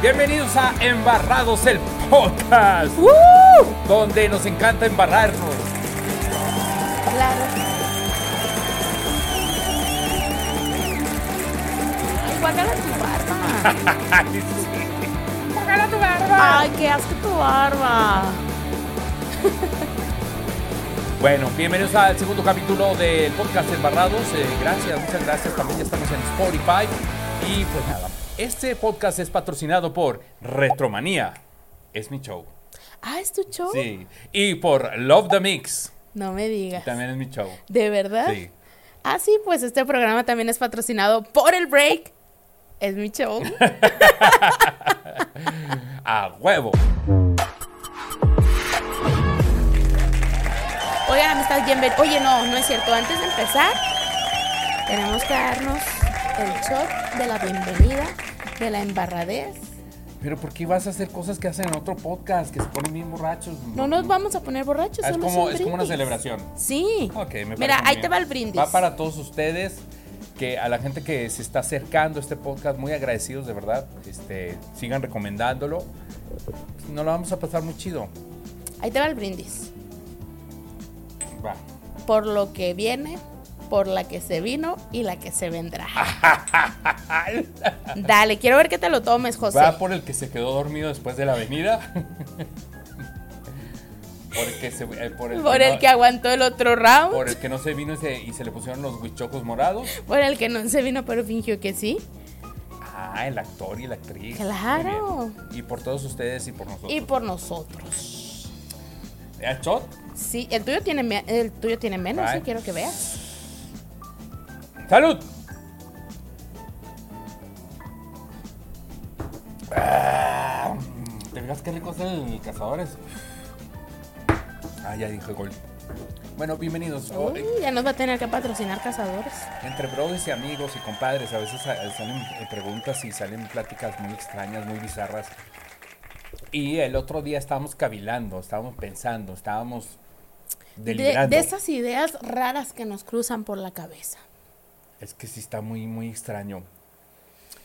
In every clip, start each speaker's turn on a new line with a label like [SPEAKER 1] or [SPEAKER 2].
[SPEAKER 1] Bienvenidos a Embarrados el Podcast, donde nos encanta embarrarnos.
[SPEAKER 2] Claro. Ay, guárdala tu barba.
[SPEAKER 1] Ay, sí.
[SPEAKER 2] Guárdala tu barba. Ay, qué asco tu barba.
[SPEAKER 1] Bueno, bienvenidos al segundo capítulo del podcast Embarrados. Eh, gracias, muchas gracias. También ya estamos en Spotify. Y pues nada, este podcast es patrocinado por Retromanía. Es mi show.
[SPEAKER 2] Ah, ¿es tu show?
[SPEAKER 1] Sí. Y por Love the Mix.
[SPEAKER 2] No me digas.
[SPEAKER 1] También es mi show.
[SPEAKER 2] ¿De verdad?
[SPEAKER 1] Sí.
[SPEAKER 2] Ah, sí, pues este programa también es patrocinado por el Break. Es mi show.
[SPEAKER 1] A huevo.
[SPEAKER 2] Oigan, amistad, bienvenidos. Oye, no, no es cierto. Antes de empezar, tenemos que darnos el shot de la bienvenida, de la embarradez.
[SPEAKER 1] Pero ¿por qué vas a hacer cosas que hacen en otro podcast? Que se ponen bien borrachos.
[SPEAKER 2] No nos vamos a poner borrachos.
[SPEAKER 1] Ah, Es
[SPEAKER 2] solo
[SPEAKER 1] como,
[SPEAKER 2] un
[SPEAKER 1] es como una
[SPEAKER 2] brindis.
[SPEAKER 1] celebración.
[SPEAKER 2] Sí.
[SPEAKER 1] Ok, me parece
[SPEAKER 2] Mira, ahí
[SPEAKER 1] bien.
[SPEAKER 2] te va el brindis.
[SPEAKER 1] Va para todos ustedes, que a la gente que se está acercando a este podcast, muy agradecidos de verdad. Este, sigan recomendándolo. No lo vamos a pasar muy chido.
[SPEAKER 2] Ahí te va el brindis.
[SPEAKER 1] Va.
[SPEAKER 2] Por lo que viene, por la que se vino y la que se vendrá. Dale, quiero ver que te lo tomes, José.
[SPEAKER 1] Va por el que se quedó dormido después de la avenida. por el que se- eh, por el
[SPEAKER 2] Por
[SPEAKER 1] que
[SPEAKER 2] el
[SPEAKER 1] no-
[SPEAKER 2] que aguantó el otro round.
[SPEAKER 1] por el que no se vino y se, y se le pusieron los huichocos morados.
[SPEAKER 2] Por el que no se vino, pero fingió que sí.
[SPEAKER 1] Ah, el actor y la actriz.
[SPEAKER 2] Claro.
[SPEAKER 1] Muy bien. Y por todos ustedes y por nosotros. ¿Eh,
[SPEAKER 2] Y por nosotros.
[SPEAKER 1] ¿El shot?
[SPEAKER 2] Sí, el tuyo tiene, me- el tuyo tiene menos,
[SPEAKER 1] Bye.
[SPEAKER 2] sí, quiero que veas.
[SPEAKER 1] ¡Salud! Ah, ¿Te fijas qué rico es el cazadores? Ah, ya dije gol. Bueno, bienvenidos. O-
[SPEAKER 2] Uy, ya nos va a tener que patrocinar cazadores.
[SPEAKER 1] Entre brothers y amigos y compadres, a veces sa- salen eh, preguntas y salen pláticas muy extrañas, muy bizarras. Y el otro día estábamos cavilando, estábamos pensando, estábamos
[SPEAKER 2] De,
[SPEAKER 1] delirando.
[SPEAKER 2] de esas ideas raras que nos cruzan por la cabeza.
[SPEAKER 1] Es que sí está muy, muy extraño.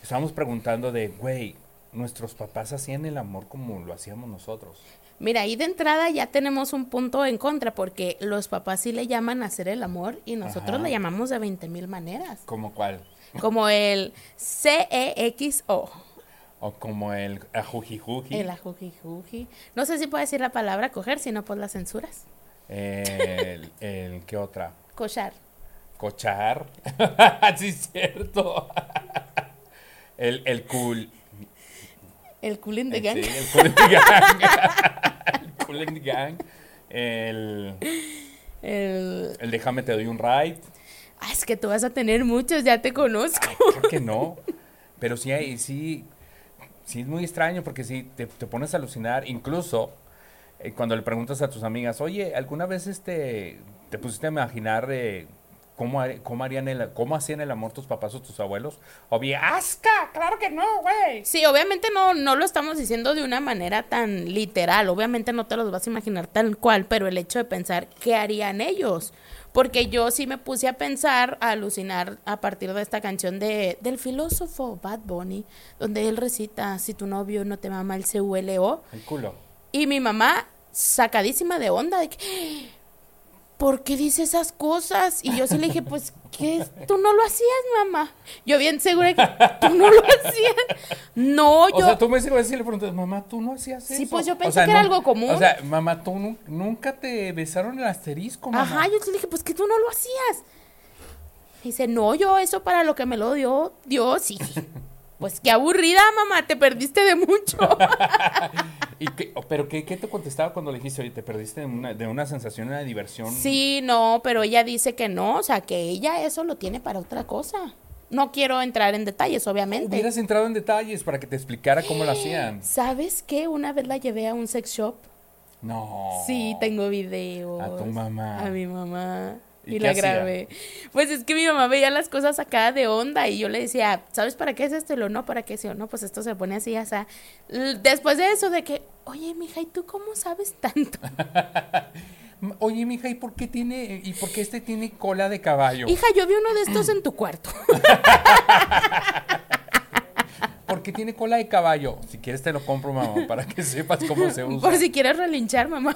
[SPEAKER 1] Estábamos preguntando de, güey, nuestros papás hacían el amor como lo hacíamos nosotros.
[SPEAKER 2] Mira, ahí de entrada ya tenemos un punto en contra porque los papás sí le llaman a hacer el amor y nosotros
[SPEAKER 1] Ajá.
[SPEAKER 2] le llamamos de 20 mil maneras.
[SPEAKER 1] ¿Como cuál?
[SPEAKER 2] Como el E C-E-X-O,
[SPEAKER 1] O como el ajujijuji.
[SPEAKER 2] el ajujijuji. No sé si puedo decir la palabra coger, si no, pues las censuras.
[SPEAKER 1] El, el- ¿qué otra?
[SPEAKER 2] Cochar.
[SPEAKER 1] Cochar. sí, es cierto. el, el cool.
[SPEAKER 2] El culín de
[SPEAKER 1] el-
[SPEAKER 2] gang.
[SPEAKER 1] Eh, sí, el cool and the gang. el cool and the gang. El,
[SPEAKER 2] El...
[SPEAKER 1] el déjame te doy un ride.
[SPEAKER 2] Ah, es que tú vas a tener muchos, ya te conozco.
[SPEAKER 1] Ay, creo que no. Pero sí, hay- sí, sí es muy extraño porque sí te, te pones a alucinar. Incluso eh, cuando le preguntas a tus amigas, oye, ¿alguna vez este, te pusiste a imaginar eh, cómo, har- cómo, harían el, cómo hacían el amor tus papás o tus abuelos? Obvio, ¡asca! ¡Claro que no, güey!
[SPEAKER 2] Sí, obviamente no, no lo estamos diciendo de una manera tan literal, obviamente no te los vas a imaginar tal cual, pero el hecho de pensar qué harían ellos, porque yo sí me puse a pensar, a alucinar a partir de esta canción de, del filósofo Bad Bunny, donde él recita, si tu novio no te mama el CULO,
[SPEAKER 1] El culo.
[SPEAKER 2] y mi mamá sacadísima de onda, de que, ¿por qué dice esas cosas? Y yo sí le dije, pues, ¿qué? es? Tú no lo hacías, mamá. Yo bien segura que tú no lo hacías. No, Pues yo...
[SPEAKER 1] O sea, tú me sigues y le preguntas, mamá, ¿tú no hacías eso?
[SPEAKER 2] Sí, pues, yo
[SPEAKER 1] O
[SPEAKER 2] pensé
[SPEAKER 1] sea,
[SPEAKER 2] que era
[SPEAKER 1] nun-
[SPEAKER 2] algo común.
[SPEAKER 1] O sea, mamá, ¿tú nu- nunca te besaron el asterisco, mamá?
[SPEAKER 2] Ajá, yo sí le dije, pues, que tú no lo hacías? Y dice, no, yo eso para lo que me lo dio Dios. sí. pues, qué aburrida, mamá, te perdiste de mucho.
[SPEAKER 1] ¿Y qué- o- ¿Pero qué, qué te contestaba cuando le dijiste, oye, te perdiste de una, de una sensación, una diversión?
[SPEAKER 2] Sí, no, pero ella dice que no, o sea, que ella eso lo tiene para otra cosa. No quiero entrar en detalles, obviamente.
[SPEAKER 1] Hubieras entrado en detalles para que te explicara cómo lo hacían.
[SPEAKER 2] ¿Sabes qué? Una vez la llevé a un sex shop.
[SPEAKER 1] No.
[SPEAKER 2] Sí, tengo videos.
[SPEAKER 1] Oh. A tu mamá.
[SPEAKER 2] A mi mamá.
[SPEAKER 1] ¿Y
[SPEAKER 2] Y,
[SPEAKER 1] qué
[SPEAKER 2] la
[SPEAKER 1] hacía?
[SPEAKER 2] grabé. Pues es que mi mamá veía las cosas sacadas de onda y yo le decía, ¿sabes para qué es esto? Y lo no, ¿para qué es eso? No, pues esto se pone así, o sea. Después de eso, de que, oye, mija, ¿y tú cómo sabes tanto?
[SPEAKER 1] M- Oye, mija, ¿y por qué tiene, y por qué este tiene cola de caballo?
[SPEAKER 2] Hija, yo vi uno de estos en tu cuarto.
[SPEAKER 1] ¿Por qué tiene cola de caballo? Si quieres te lo compro, mamá, para que sepas cómo se usa.
[SPEAKER 2] Por si quieres relinchar, mamá.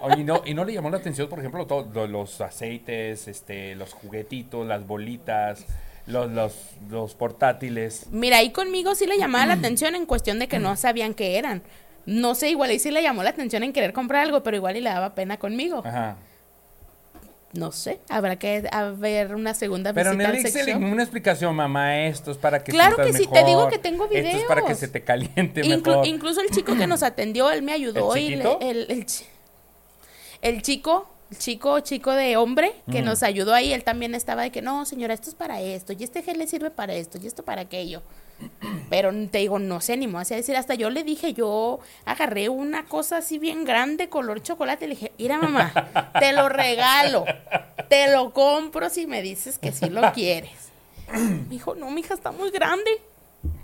[SPEAKER 1] Oye, ¿y no, y no le llamó la atención, por ejemplo, todo- lo- los aceites, este, los juguetitos, las bolitas, los, los, los portátiles.
[SPEAKER 2] Mira, ahí conmigo sí le llamaba la atención en cuestión de que no sabían qué eran. No sé, igual ahí sí le llamó la atención en querer comprar algo, pero igual y le daba pena conmigo.
[SPEAKER 1] Ajá.
[SPEAKER 2] No sé, habrá que haber una segunda
[SPEAKER 1] Pero
[SPEAKER 2] visita
[SPEAKER 1] en
[SPEAKER 2] al
[SPEAKER 1] el
[SPEAKER 2] sex
[SPEAKER 1] Excel,
[SPEAKER 2] shop.
[SPEAKER 1] una explicación, mamá, esto es para que
[SPEAKER 2] Claro
[SPEAKER 1] sientas
[SPEAKER 2] que sí, te digo
[SPEAKER 1] mejor,
[SPEAKER 2] que tengo
[SPEAKER 1] Esto es para que
[SPEAKER 2] videos.
[SPEAKER 1] se te caliente
[SPEAKER 2] Inclu-
[SPEAKER 1] mejor.
[SPEAKER 2] incluso el chico que nos atendió, él me ayudó
[SPEAKER 1] ¿El
[SPEAKER 2] y le-
[SPEAKER 1] chiquito?
[SPEAKER 2] el, el chi- el chico, el chico, chico de hombre que
[SPEAKER 1] Mm.
[SPEAKER 2] nos ayudó ahí, él también estaba de que no, señora, esto es para esto, y este gel le sirve para esto, y esto para aquello. Pero n- te digo, no se animó así a decir, hasta yo le dije, yo agarré una cosa así bien grande, color chocolate, y le dije, mira mamá, te lo regalo, te lo compro si me dices que sí lo quieres. Me dijo, no, mija, está muy grande.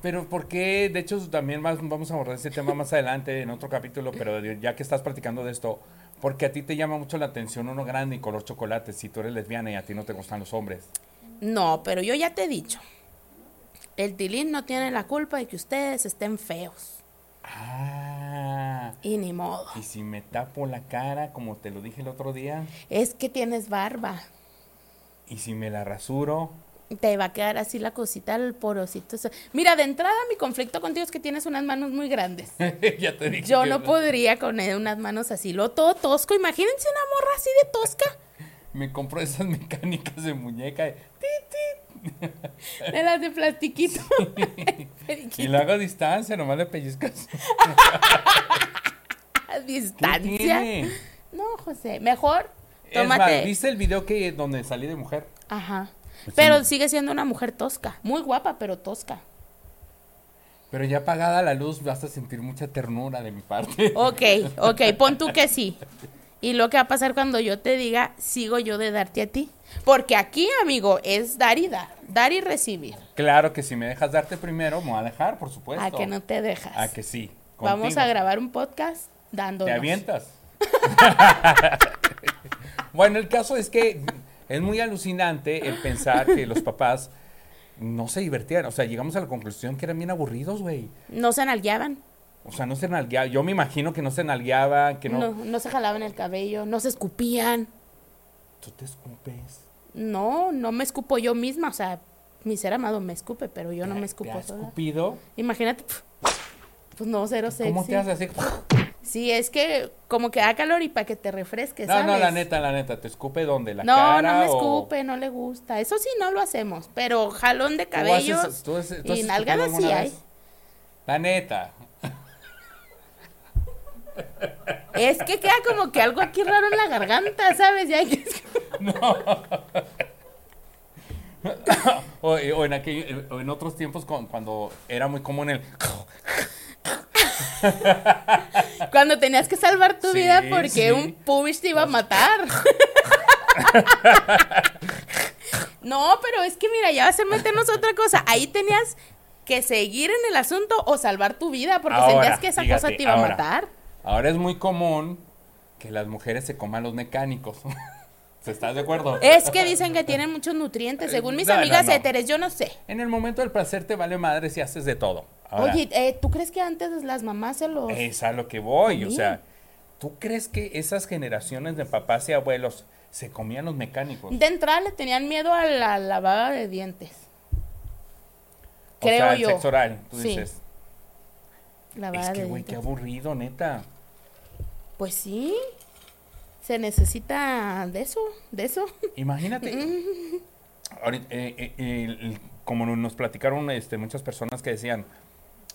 [SPEAKER 1] Pero ¿por qué? De hecho, también vas- vamos a abordar ese tema más adelante en otro capítulo, pero de- ya que estás platicando de esto, porque a ti te llama mucho la atención uno grande y color chocolate, si tú eres lesbiana y a ti no te gustan los hombres.
[SPEAKER 2] No, pero yo ya te he dicho. El tilín no tiene la culpa de que ustedes estén feos.
[SPEAKER 1] Ah.
[SPEAKER 2] Y ni modo.
[SPEAKER 1] Y si me tapo la cara, como te lo dije el otro día,
[SPEAKER 2] Es que tienes barba.
[SPEAKER 1] y si me la rasuro,
[SPEAKER 2] Te va a quedar así la cosita, el porosito. ese. Mira, de entrada mi conflicto contigo es que tienes unas manos muy grandes.
[SPEAKER 1] ya te dije.
[SPEAKER 2] Yo
[SPEAKER 1] que
[SPEAKER 2] no podría con eh, unas manos así. Lo todo tosco. Imagínense una morra así de tosca.
[SPEAKER 1] Me compró esas mecánicas de muñeca y-
[SPEAKER 2] De las de plastiquito.
[SPEAKER 1] y la hago a distancia, nomás le pellizcas. ¿Qué
[SPEAKER 2] A distancia.
[SPEAKER 1] tiene?
[SPEAKER 2] No, José. Mejor
[SPEAKER 1] Es más,
[SPEAKER 2] tómate.
[SPEAKER 1] ¿viste el video que donde salí de mujer?
[SPEAKER 2] Ajá.
[SPEAKER 1] Pues
[SPEAKER 2] Pero
[SPEAKER 1] sí.
[SPEAKER 2] sigue siendo una mujer tosca. Muy guapa, pero tosca.
[SPEAKER 1] Pero ya apagada la luz vas a sentir mucha ternura de mi parte.
[SPEAKER 2] Ok, ok, pon tú que sí. Y lo que va a pasar cuando yo te diga, sigo yo de darte a ti. Porque aquí, amigo, es dar y dar. Dar y recibir.
[SPEAKER 1] Claro que si me dejas darte primero, me voy a dejar, por supuesto.
[SPEAKER 2] A que no te dejas.
[SPEAKER 1] A que sí.
[SPEAKER 2] Vamos
[SPEAKER 1] contigo.
[SPEAKER 2] a grabar un podcast dándonos.
[SPEAKER 1] ¿Te avientas? bueno, el caso es que es muy alucinante el pensar que los papás no se divertían. O sea, llegamos a la conclusión que eran bien aburridos, güey.
[SPEAKER 2] No se nalgueaban.
[SPEAKER 1] O sea, no se nalgueaban. Yo me imagino que no se nalgueaban, que no...
[SPEAKER 2] No. No, se jalaban el cabello, no se escupían.
[SPEAKER 1] Tú te escupes.
[SPEAKER 2] No, no me escupo yo misma. O sea, mi ser amado me escupe, pero yo no me
[SPEAKER 1] ¿Te
[SPEAKER 2] escupo
[SPEAKER 1] has
[SPEAKER 2] sola.
[SPEAKER 1] escupido?
[SPEAKER 2] Imagínate. pf, Pues no, cero sexy.
[SPEAKER 1] ¿Cómo te haces así?
[SPEAKER 2] Sí, es que como que da calor y para que te refresques,
[SPEAKER 1] No,
[SPEAKER 2] ¿sabes?
[SPEAKER 1] no, la neta, la neta. ¿Te escupe dónde? ¿La
[SPEAKER 2] No,
[SPEAKER 1] cara
[SPEAKER 2] no me
[SPEAKER 1] o-
[SPEAKER 2] escupe, no le gusta. Eso sí, no lo hacemos. Pero jalón de
[SPEAKER 1] ¿Tú haces-
[SPEAKER 2] cabellos
[SPEAKER 1] tú haces- tú has
[SPEAKER 2] y
[SPEAKER 1] escupido
[SPEAKER 2] nalgadas sí
[SPEAKER 1] alguna
[SPEAKER 2] hay.
[SPEAKER 1] vez? La neta.
[SPEAKER 2] Es que queda como que algo aquí raro en la garganta, ¿sabes? Ya hay que...
[SPEAKER 1] O, o en aquel- o en otros tiempos con- cuando era muy común el...
[SPEAKER 2] Cuando tenías que salvar tu
[SPEAKER 1] Sí,
[SPEAKER 2] vida porque
[SPEAKER 1] sí.
[SPEAKER 2] un pubis te iba a matar. no, pero es que mira, ya vas a meternos a otra cosa. Ahí tenías que seguir en el asunto o salvar tu vida porque
[SPEAKER 1] Ahora,
[SPEAKER 2] sentías que esa cosa
[SPEAKER 1] fíjate,
[SPEAKER 2] te iba a
[SPEAKER 1] ahora.
[SPEAKER 2] matar.
[SPEAKER 1] Ahora es muy común que las mujeres se coman los mecánicos. ¿Se estás de acuerdo?
[SPEAKER 2] Es que dicen que tienen muchos nutrientes, según mis
[SPEAKER 1] No, no,
[SPEAKER 2] amigas
[SPEAKER 1] no.
[SPEAKER 2] héteres, yo no sé.
[SPEAKER 1] En el momento del placer te vale madre si haces de todo. Ahora,
[SPEAKER 2] Oye, pues, eh, ¿tú crees que antes las mamás se los...
[SPEAKER 1] es a lo que voy. O
[SPEAKER 2] comían.
[SPEAKER 1] sea, ¿tú crees que esas generaciones de papás y abuelos se comían los mecánicos?
[SPEAKER 2] De entrada le tenían miedo a la lavada de dientes.
[SPEAKER 1] o
[SPEAKER 2] Creo
[SPEAKER 1] sea, el
[SPEAKER 2] yo.
[SPEAKER 1] sexo oral. Tú
[SPEAKER 2] Sí,
[SPEAKER 1] dices,
[SPEAKER 2] Lavada
[SPEAKER 1] es que
[SPEAKER 2] de
[SPEAKER 1] güey, qué
[SPEAKER 2] dientes.
[SPEAKER 1] aburrido, neta.
[SPEAKER 2] Pues sí. Se necesita de eso, de eso.
[SPEAKER 1] Imagínate. Ahorita, eh, eh, el- el- como no- nos platicaron este, muchas personas que decían,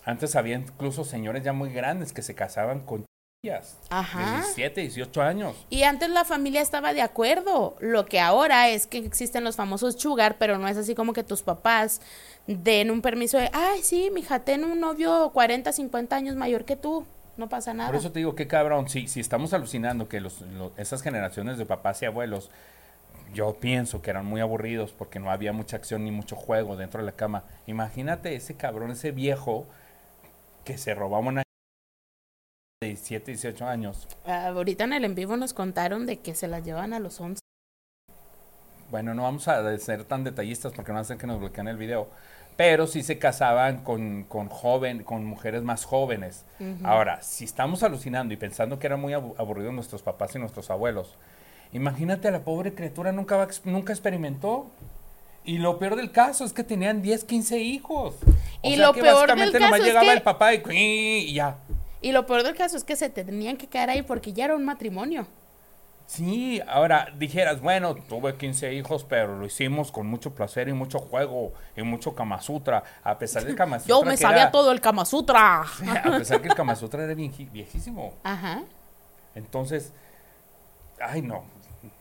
[SPEAKER 1] antes había incluso señores ya muy grandes que se casaban con chillas.
[SPEAKER 2] Ajá.
[SPEAKER 1] 17, 18 años.
[SPEAKER 2] Y antes la familia estaba de acuerdo. Lo que ahora es que existen los famosos sugar, pero no es así como que tus papás den un permiso de, ay, sí, mija, ten un novio 40, 50 años mayor que tú. No pasa nada.
[SPEAKER 1] Por eso te digo, qué cabrón. Si, si estamos alucinando que los, lo- esas generaciones de papás y abuelos, yo pienso que eran muy aburridos porque no había mucha acción ni mucho juego dentro de la cama. Imagínate ese cabrón, ese viejo que se robaba una de 17, 18 años.
[SPEAKER 2] Ah, ahorita en el en vivo nos contaron de que se las llevan a los 11.
[SPEAKER 1] Bueno, no vamos a ser tan detallistas porque no hacen que nos bloqueen el video. pero sí se casaban con, con, joven, con mujeres más jóvenes. Uh -huh. Ahora, si estamos alucinando y pensando que eran muy aburridos nuestros papás y nuestros abuelos, imagínate a la pobre criatura nunca, va, nunca experimentó. Y lo peor del caso es que tenían 10, 15 hijos.
[SPEAKER 2] O y sea lo que peor
[SPEAKER 1] básicamente
[SPEAKER 2] del caso
[SPEAKER 1] nomás llegaba
[SPEAKER 2] es que...
[SPEAKER 1] el papá y, y ya.
[SPEAKER 2] Y lo peor del caso es que se tenían que quedar ahí porque ya era un matrimonio.
[SPEAKER 1] Sí, ahora dijeras, bueno, tuve 15 hijos, pero lo hicimos con mucho placer y mucho juego y mucho Kama Sutra. A pesar del Kama Sutra.
[SPEAKER 2] Yo me sabía
[SPEAKER 1] era,
[SPEAKER 2] todo el Kama Sutra.
[SPEAKER 1] a pesar que el Kama Sutra era viejísimo.
[SPEAKER 2] Ajá.
[SPEAKER 1] Entonces, ay, no.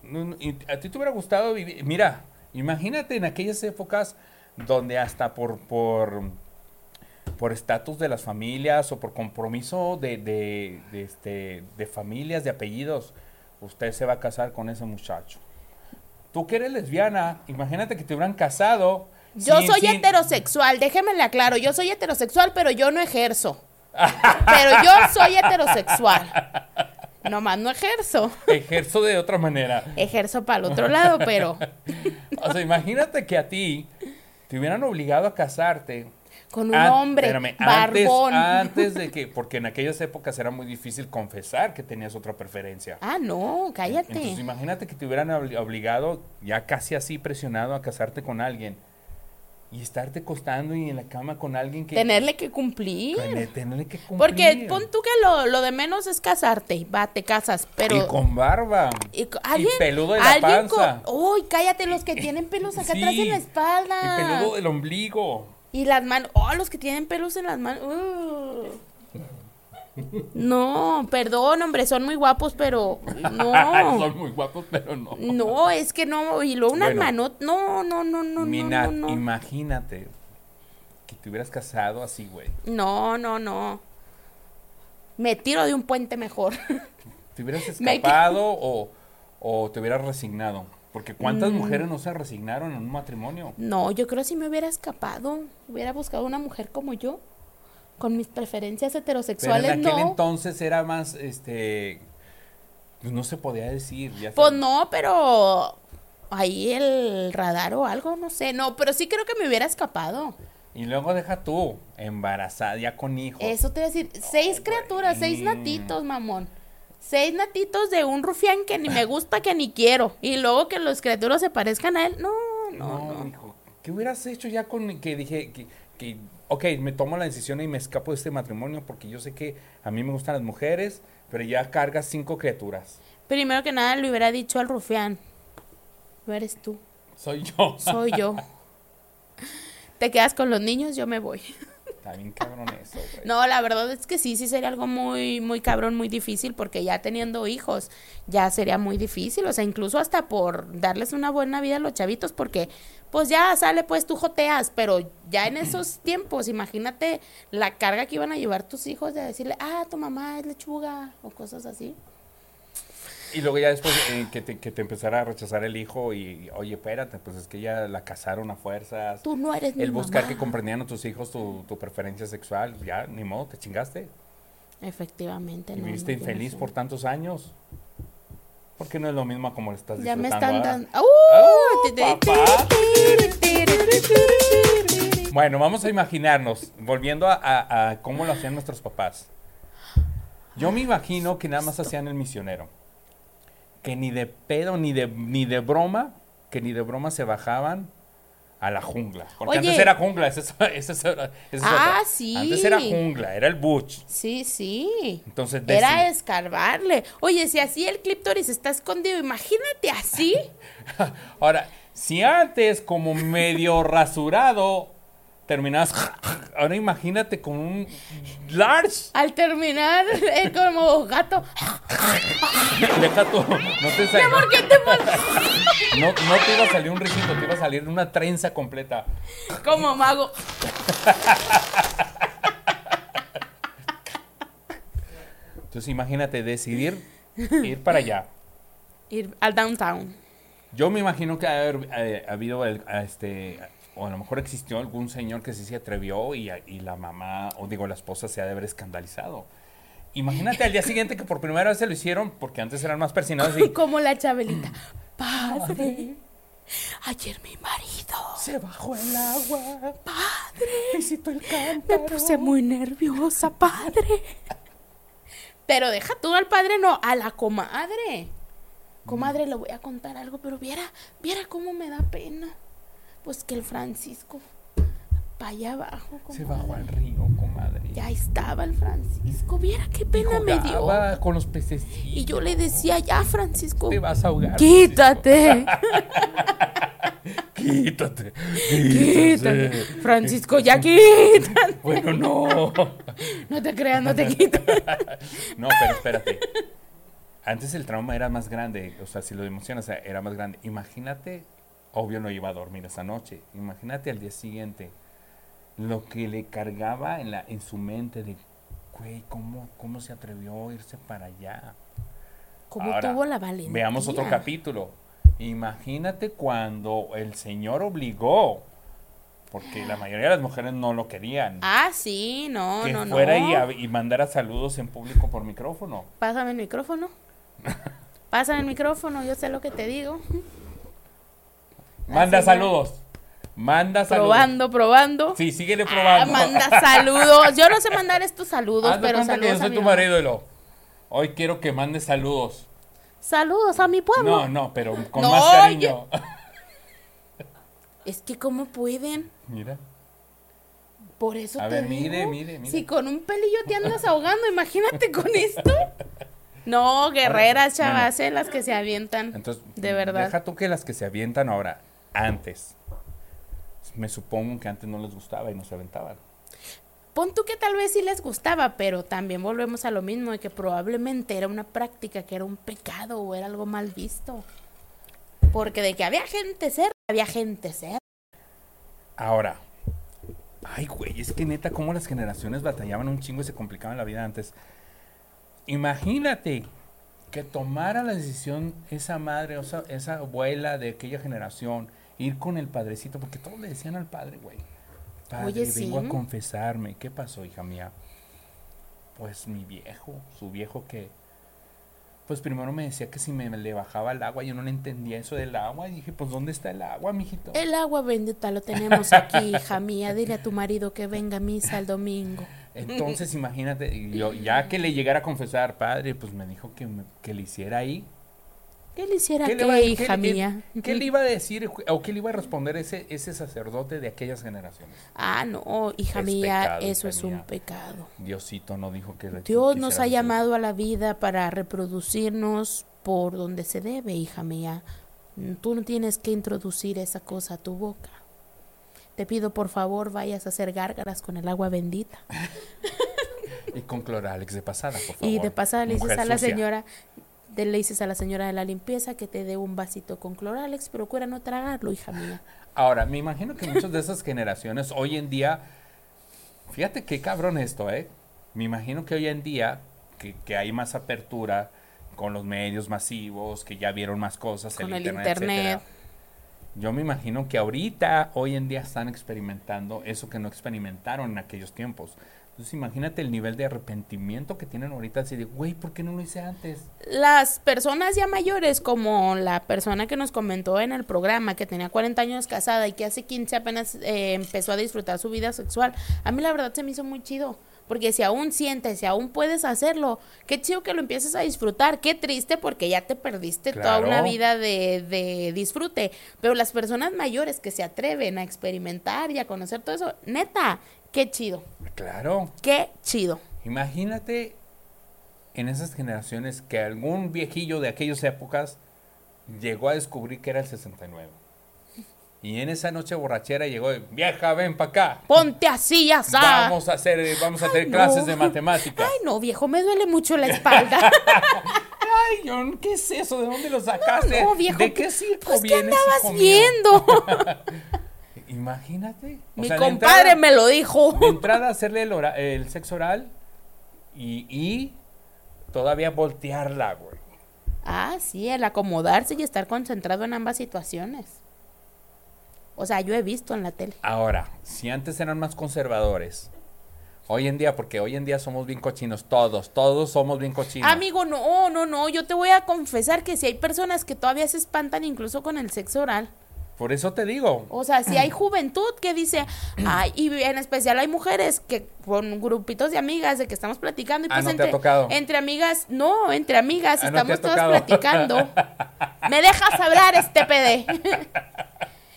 [SPEAKER 1] no, no y a ti te hubiera gustado vivir. Mira, imagínate en aquellas épocas donde hasta por. por por estatus de las familias o por compromiso de, de, de, este, de familias, de apellidos, usted se va a casar con ese muchacho. Tú que eres lesbiana, imagínate que te hubieran casado.
[SPEAKER 2] Yo sin, soy sin... heterosexual, déjeme le aclaro, yo soy heterosexual, pero yo no ejerzo. pero yo soy heterosexual. Nomás no ejerzo.
[SPEAKER 1] Ejerzo de otra manera.
[SPEAKER 2] Ejerzo para el otro lado, pero.
[SPEAKER 1] o sea, imagínate que a ti te hubieran obligado a casarte
[SPEAKER 2] con un An hombre Ah, espérame, ah. barbón.
[SPEAKER 1] Antes, antes, de que, porque en aquellas épocas era muy difícil confesar que tenías otra preferencia.
[SPEAKER 2] Ah, no, cállate.
[SPEAKER 1] Entonces imagínate que te hubieran obligado, ya casi así presionado, a casarte con alguien. Y estarte costando y en la cama con alguien que...
[SPEAKER 2] Tenerle que cumplir.
[SPEAKER 1] Tener, tenerle que cumplir.
[SPEAKER 2] Porque pon tú que lo, lo de menos es casarte. Va, te casas, pero...
[SPEAKER 1] Y con barba.
[SPEAKER 2] Y, ¿alguien,
[SPEAKER 1] y peludo de la ¿alguien panza.
[SPEAKER 2] Uy, con... oh, cállate, los que tienen pelos acá sí, atrás en la espalda.
[SPEAKER 1] Y peludo del ombligo.
[SPEAKER 2] Y las manos, oh, los que tienen pelos en las manos. Uh. No, perdón, hombre, son muy guapos, pero no.
[SPEAKER 1] son muy guapos, pero no.
[SPEAKER 2] No, es que no, y luego unas bueno, manos, no, no, no, no,
[SPEAKER 1] Mina,
[SPEAKER 2] no, no, no.
[SPEAKER 1] imagínate que te hubieras casado así, güey.
[SPEAKER 2] No, no, no. Me tiro de un puente mejor.
[SPEAKER 1] ¿Te hubieras escapado o, o te hubieras resignado? Porque ¿cuántas mm. mujeres no se resignaron en un matrimonio?
[SPEAKER 2] No, yo creo que si me hubiera escapado, hubiera buscado una mujer como yo, con mis preferencias heterosexuales.
[SPEAKER 1] Pero en aquel
[SPEAKER 2] no.
[SPEAKER 1] entonces era más, este, pues, no se podía decir. Ya
[SPEAKER 2] pues sabes. no, pero ahí el radar o algo, no sé, no, pero sí creo que me hubiera escapado.
[SPEAKER 1] Y luego deja tú, embarazada, ya con hijos.
[SPEAKER 2] Eso te voy a decir, oh, seis güey. criaturas, seis natitos, mamón seis natitos de un rufián que ni me gusta, que ni quiero. Y luego que los criaturas se parezcan a él. No, no, no.
[SPEAKER 1] Hijo, ¿qué hubieras hecho ya con que dije que, que, ok, me tomo la decisión y me escapo de este matrimonio porque yo sé que a mí me gustan las mujeres, pero ya cargas cinco criaturas?
[SPEAKER 2] Primero que nada le hubiera dicho al rufián, no eres tú.
[SPEAKER 1] Soy yo.
[SPEAKER 2] Soy yo. Te quedas con los niños, yo me voy.
[SPEAKER 1] Está bien cabrón eso, güey.
[SPEAKER 2] No, la verdad es que sí, sí sería algo muy, muy cabrón, muy difícil, porque ya teniendo hijos, ya sería muy difícil. O sea, incluso hasta por darles una buena vida a los chavitos, porque pues ya sale, pues tú joteas, pero ya en esos tiempos, imagínate la carga que iban a llevar tus hijos de decirle, ah, tu mamá es lechuga, o cosas así.
[SPEAKER 1] Y luego ya después eh, que, te, que, te, empezara a rechazar el hijo y, oye, espérate, pues es que ya la casaron a fuerzas.
[SPEAKER 2] Tú no eres
[SPEAKER 1] El
[SPEAKER 2] mi
[SPEAKER 1] buscar
[SPEAKER 2] mamá.
[SPEAKER 1] que comprendieran a tus hijos tu, tu, preferencia sexual, ya, ni modo, te chingaste.
[SPEAKER 2] Efectivamente.
[SPEAKER 1] Y
[SPEAKER 2] no,
[SPEAKER 1] viviste
[SPEAKER 2] no
[SPEAKER 1] infeliz
[SPEAKER 2] no.
[SPEAKER 1] por tantos años. Porque no es lo mismo como lo estás
[SPEAKER 2] ya
[SPEAKER 1] disfrutando. ¿ah? ¡Uh!
[SPEAKER 2] Ya me están ¡Uh! dando...
[SPEAKER 1] ¡Oh! Bueno, vamos a imaginarnos, volviendo a, a, a cómo lo hacían nuestros papás. Yo me imagino que nada más hacían el misionero que ni de pedo, ni de, ni de broma, que ni de broma se bajaban a la jungla. Porque
[SPEAKER 2] Oye.
[SPEAKER 1] antes era jungla, esa, esa, esa,
[SPEAKER 2] Ah, sí.
[SPEAKER 1] Antes era jungla, era el butch.
[SPEAKER 2] Sí, sí.
[SPEAKER 1] Entonces, de
[SPEAKER 2] Era
[SPEAKER 1] sí.
[SPEAKER 2] escarbarle. Oye, si así el clítoris está escondido, imagínate así.
[SPEAKER 1] Ahora, si antes como medio rasurado terminas ahora imagínate con un large
[SPEAKER 2] al terminar es como gato
[SPEAKER 1] deja tu no te sal...
[SPEAKER 2] ¿Por qué te
[SPEAKER 1] no, no te iba a salir un risito te iba a salir una trenza completa
[SPEAKER 2] como mago
[SPEAKER 1] entonces imagínate decidir ir para allá
[SPEAKER 2] ir al downtown
[SPEAKER 1] yo me imagino que haber eh, habido el, este o a lo mejor existió algún señor que sí se atrevió y, y, la mamá, o digo, la esposa se ha de haber escandalizado. Imagínate al día siguiente que por primera vez se lo hicieron, porque antes eran más persinados. Y...
[SPEAKER 2] Como la chabelita. Padre, ayer mi marido
[SPEAKER 1] se bajó el agua.
[SPEAKER 2] Padre padre. Me puse muy nerviosa, padre. Pero deja tú al padre, no, a la comadre. Comadre, le voy a contar algo, pero viera, viera cómo me da pena. Pues que el Francisco, para allá abajo.
[SPEAKER 1] Se
[SPEAKER 2] comadre.
[SPEAKER 1] bajó al río, comadre.
[SPEAKER 2] Ya estaba el Francisco, viera qué pena me dio.
[SPEAKER 1] jugaba con los pececitos.
[SPEAKER 2] Y yo le decía, ya, Francisco,
[SPEAKER 1] Te vas a ahogar.
[SPEAKER 2] quítate,
[SPEAKER 1] Quítate.
[SPEAKER 2] quítate.
[SPEAKER 1] Quítate.
[SPEAKER 2] Francisco, ya quítate.
[SPEAKER 1] Bueno, no.
[SPEAKER 2] No te creas, no te quites.
[SPEAKER 1] No, pero espérate. Antes el trauma era más grande. O sea, si lo emocionas, era más grande. Imagínate, obvio no iba a dormir esa noche. Imagínate al día siguiente lo que le cargaba en, la, en su mente de, güey, ¿cómo, ¿cómo se atrevió a irse para allá?
[SPEAKER 2] ¿Cómo
[SPEAKER 1] Ahora,
[SPEAKER 2] tuvo la valentía?
[SPEAKER 1] Veamos otro capítulo. Imagínate cuando el Señor obligó, porque la mayoría de las mujeres no lo querían,
[SPEAKER 2] Ah, sí, no,
[SPEAKER 1] que
[SPEAKER 2] no, no.
[SPEAKER 1] fuera y a- Y, mandara saludos en público por micrófono.
[SPEAKER 2] Pásame el micrófono. Pásame el micrófono, yo sé lo que te digo.
[SPEAKER 1] Manda
[SPEAKER 2] Así ya.
[SPEAKER 1] saludos. Manda saludos.
[SPEAKER 2] Probando, probando.
[SPEAKER 1] Sí, síguele
[SPEAKER 2] Ah,
[SPEAKER 1] probando.
[SPEAKER 2] manda saludos. Yo no sé mandar estos saludos,
[SPEAKER 1] Haz de
[SPEAKER 2] pero
[SPEAKER 1] cuenta que yo
[SPEAKER 2] saludos a
[SPEAKER 1] soy
[SPEAKER 2] mi
[SPEAKER 1] tu
[SPEAKER 2] mamá.
[SPEAKER 1] marido, y lo. Hoy quiero que mandes saludos.
[SPEAKER 2] Saludos a mi pueblo.
[SPEAKER 1] No, no, pero con
[SPEAKER 2] No,
[SPEAKER 1] más cariño.
[SPEAKER 2] Es que cómo pueden.
[SPEAKER 1] Mira.
[SPEAKER 2] Por eso
[SPEAKER 1] A
[SPEAKER 2] te
[SPEAKER 1] ver, mire,
[SPEAKER 2] digo,
[SPEAKER 1] mire, mire.
[SPEAKER 2] Si con un pelillo te andas ahogando, imagínate con esto. No, guerreras,
[SPEAKER 1] Bueno.
[SPEAKER 2] chavas, eh, las que se avientan.
[SPEAKER 1] Entonces,
[SPEAKER 2] de verdad.
[SPEAKER 1] Deja tú que las que se avientan ahora, antes. Me supongo que antes no les gustaba y no se aventaban.
[SPEAKER 2] Pon tú que tal vez sí les gustaba, pero también volvemos a lo mismo de que probablemente era una práctica, que era un pecado o era algo mal visto. Porque de que había gente ser, había gente ser.
[SPEAKER 1] Ahora, ay, güey, es que neta, cómo las generaciones batallaban un chingo y se complicaban la vida antes. Imagínate que tomara la decisión esa madre, o esa, esa abuela de aquella generación, ir con el padrecito, porque todos le decían al padre, güey. Padre,
[SPEAKER 2] Oye,
[SPEAKER 1] vengo
[SPEAKER 2] sí.
[SPEAKER 1] a confesarme. ¿Qué pasó, hija mía? Pues mi viejo, su viejo que. Pues primero me decía que si me le bajaba el agua, yo no le entendía eso del agua. Y dije, pues ¿dónde está el agua, mijito?
[SPEAKER 2] El agua bendita lo tenemos aquí, hija mía. Dile a tu marido que venga a misa el domingo.
[SPEAKER 1] Entonces, imagínate, y yo, ya que le llegara a confesar, padre, pues me dijo que, me- que le hiciera ahí.
[SPEAKER 2] ¿Qué le hiciera qué,
[SPEAKER 1] iba-
[SPEAKER 2] hija
[SPEAKER 1] qué-
[SPEAKER 2] mía?
[SPEAKER 1] qué le iba a decir o qué le iba a responder ese, ese sacerdote de aquellas generaciones?
[SPEAKER 2] Ah, no, hija
[SPEAKER 1] Es
[SPEAKER 2] mía,
[SPEAKER 1] pecado,
[SPEAKER 2] eso
[SPEAKER 1] hija
[SPEAKER 2] es un
[SPEAKER 1] mía.
[SPEAKER 2] pecado.
[SPEAKER 1] Diosito no dijo que... le
[SPEAKER 2] Dios nos
[SPEAKER 1] quisiera
[SPEAKER 2] ha
[SPEAKER 1] decir.
[SPEAKER 2] llamado a la vida para reproducirnos por donde se debe, hija mía. Tú no tienes que introducir esa cosa a tu boca. Te pido por favor vayas a hacer gárgaras con el agua bendita.
[SPEAKER 1] Y con Cloralex de pasada, por favor.
[SPEAKER 2] Y de pasada le dices
[SPEAKER 1] Mujer
[SPEAKER 2] a la
[SPEAKER 1] sucia.
[SPEAKER 2] señora, de- le dices a la señora de la limpieza que te dé un vasito con cloralex, procura no tragarlo, hija mía.
[SPEAKER 1] Ahora, me imagino que muchas de esas generaciones hoy en día, fíjate qué cabrón esto, ¿eh? Me imagino que hoy en día, que, que hay más apertura con los medios masivos, que ya vieron más cosas,
[SPEAKER 2] Con el
[SPEAKER 1] etcétera.
[SPEAKER 2] internet.
[SPEAKER 1] Yo me imagino que ahorita, hoy en día, están experimentando eso que no experimentaron en aquellos tiempos. Entonces, imagínate el nivel de arrepentimiento que tienen ahorita, así de, güey, ¿por qué no lo hice antes?
[SPEAKER 2] las personas ya mayores, como la persona que nos comentó en el programa, que tenía 40 años casada y que hace 15 apenas eh, empezó a disfrutar su vida sexual, a mí la verdad se me hizo muy chido. Porque si aún sientes, si aún puedes hacerlo, qué chido que lo empieces a disfrutar. Qué triste porque ya te perdiste toda
[SPEAKER 1] Claro.
[SPEAKER 2] una vida de, de disfrute. Pero las personas mayores que se atreven a experimentar y a conocer todo eso, neta, qué chido,
[SPEAKER 1] Claro.
[SPEAKER 2] qué chido.
[SPEAKER 1] Imagínate en esas generaciones que algún viejillo de aquellas épocas llegó a descubrir que era el 69. Y en esa noche borrachera llegó, y, vieja, ven para acá.
[SPEAKER 2] Ponte así, ya sabes.
[SPEAKER 1] Vamos a hacer, eh, vamos a hacer
[SPEAKER 2] no.
[SPEAKER 1] clases de matemáticas.
[SPEAKER 2] Ay, no, viejo, me duele mucho la espalda.
[SPEAKER 1] Ay, John, ¿qué es eso? ¿De dónde lo sacaste?
[SPEAKER 2] No, viejo.
[SPEAKER 1] ¿De qué circo
[SPEAKER 2] pues, ¿qué
[SPEAKER 1] vienes? hijo
[SPEAKER 2] andabas
[SPEAKER 1] mío?
[SPEAKER 2] viendo?
[SPEAKER 1] Imagínate. O
[SPEAKER 2] Mi
[SPEAKER 1] sea, de
[SPEAKER 2] compadre
[SPEAKER 1] entrada-
[SPEAKER 2] me lo dijo.
[SPEAKER 1] De entrada hacerle el, ora- el sexo oral y, y todavía voltearla, güey.
[SPEAKER 2] Ah, sí, el acomodarse y estar concentrado en ambas situaciones. O sea, yo he visto en la tele.
[SPEAKER 1] Ahora, si antes eran más conservadores, hoy en día, porque hoy en día somos bien cochinos, todos, todos somos bien cochinos.
[SPEAKER 2] Amigo, no, no, no, yo te voy a confesar que si hay personas que todavía se espantan incluso con el sexo oral.
[SPEAKER 1] Por eso te digo.
[SPEAKER 2] O sea, si hay
[SPEAKER 1] Mm.
[SPEAKER 2] juventud que dice, ay, y en especial hay mujeres que con grupitos de amigas de que estamos platicando y
[SPEAKER 1] Ah,
[SPEAKER 2] pues
[SPEAKER 1] no te ha
[SPEAKER 2] entre,
[SPEAKER 1] tocado.
[SPEAKER 2] entre amigas, no, entre amigas
[SPEAKER 1] Ah, no te ha
[SPEAKER 2] estamos todas
[SPEAKER 1] tocado.
[SPEAKER 2] platicando. Me dejas hablar este PD.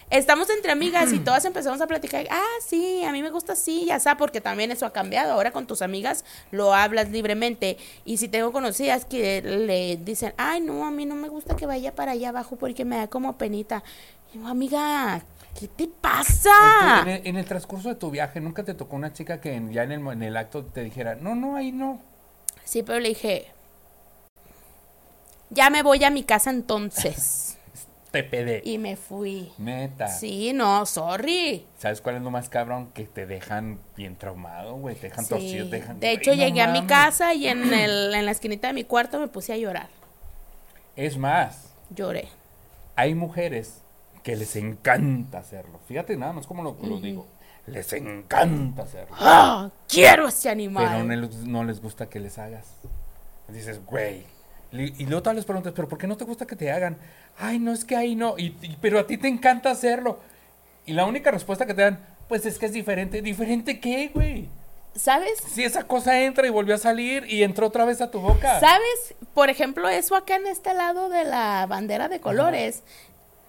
[SPEAKER 2] Estamos entre amigas y todas empezamos a platicar, ah, sí, a mí me gusta así, ya está, porque también eso ha cambiado. Ahora con tus amigas lo hablas libremente. Y si tengo conocidas que le dicen, ay, no, a mí no me gusta que vaya para allá abajo porque me da como penita. Y yo, amiga, ¿qué te pasa?
[SPEAKER 1] En, el, en el transcurso de tu viaje, ¿nunca te tocó una chica que en- ya en el, mo- en el acto te dijera, no, no, ahí no?
[SPEAKER 2] Sí, pero le dije, ya me voy a mi casa entonces.
[SPEAKER 1] Te pedé.
[SPEAKER 2] y me fui.
[SPEAKER 1] Neta.
[SPEAKER 2] Sí, no, sorry.
[SPEAKER 1] ¿Sabes cuál es lo más cabrón? Que te dejan bien traumado, güey. Te dejan
[SPEAKER 2] Sí.
[SPEAKER 1] torcido, te dejan.
[SPEAKER 2] De
[SPEAKER 1] Güey,
[SPEAKER 2] hecho,
[SPEAKER 1] no
[SPEAKER 2] llegué a mi
[SPEAKER 1] mames.
[SPEAKER 2] casa y en, el, en la esquinita de mi cuarto me puse a llorar.
[SPEAKER 1] Es más,
[SPEAKER 2] Lloré.
[SPEAKER 1] hay mujeres que les encanta hacerlo. Fíjate nada más cómo lo, lo digo. Les encanta hacerlo.
[SPEAKER 2] ¡Ah! ¡Quiero ese
[SPEAKER 1] Pero
[SPEAKER 2] animal!
[SPEAKER 1] no les, no les gusta que les hagas. Dices, güey. Li- Y luego todas les preguntas, ¿pero por qué no te gusta que te hagan? Ay, no, es que ahí no. Y, y- pero a ti te encanta hacerlo. Y la única respuesta que te dan, pues es que es diferente. ¿Diferente qué, güey?
[SPEAKER 2] ¿Sabes?
[SPEAKER 1] Si esa cosa entra y volvió a salir y entró otra vez a tu boca.
[SPEAKER 2] ¿Sabes? Por ejemplo, eso acá en este lado de la bandera de colores.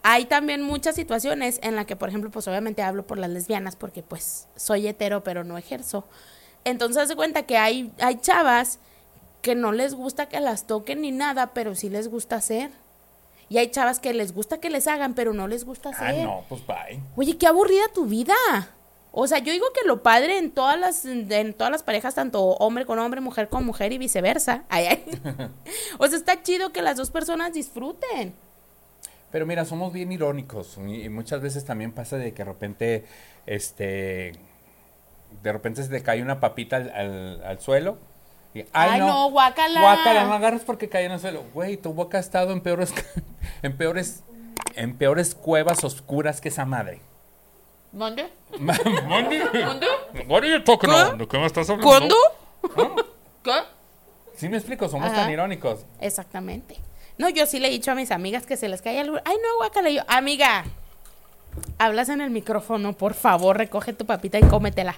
[SPEAKER 2] Hay también muchas situaciones en las que, por ejemplo, pues obviamente hablo por las lesbianas porque pues soy hetero pero no ejerzo. Entonces haz de cuenta que hay, hay chavas que no les gusta que las toquen ni nada, pero sí les gusta hacer. Y hay chavas que les gusta que les hagan, pero no les gusta hacer.
[SPEAKER 1] Ah, no, pues bye.
[SPEAKER 2] Oye, qué aburrida tu vida. O sea, yo digo que lo padre en todas las en todas las parejas, tanto hombre con hombre, mujer con mujer y viceversa. Ay, ay. O sea, está chido que las dos personas disfruten.
[SPEAKER 1] Pero mira, somos bien irónicos y y muchas veces también pasa de que de repente, este, de repente se te cae una papita al, al- al suelo. y,
[SPEAKER 2] Ay, no, guácala".
[SPEAKER 1] Guácala, no agarras porque cayó en el suelo. Güey, tu boca ha estado en peores, en peores, en peores cuevas oscuras que esa madre.
[SPEAKER 2] ¿Dónde?
[SPEAKER 1] Mande.
[SPEAKER 2] ¿Dónde?
[SPEAKER 1] What are you talking
[SPEAKER 2] ¿Qué?
[SPEAKER 1] about? ¿De qué me estás hablando?
[SPEAKER 2] ¿Cuándo? ¿Qué?
[SPEAKER 1] Sí me explico, somos
[SPEAKER 2] Ajá.
[SPEAKER 1] tan irónicos.
[SPEAKER 2] Exactamente. No, yo sí le he dicho a mis amigas que se les cae algo. Ay, no, guácala. Y Yo, amiga, hablas en el micrófono, por favor, recoge tu papita y cómetela.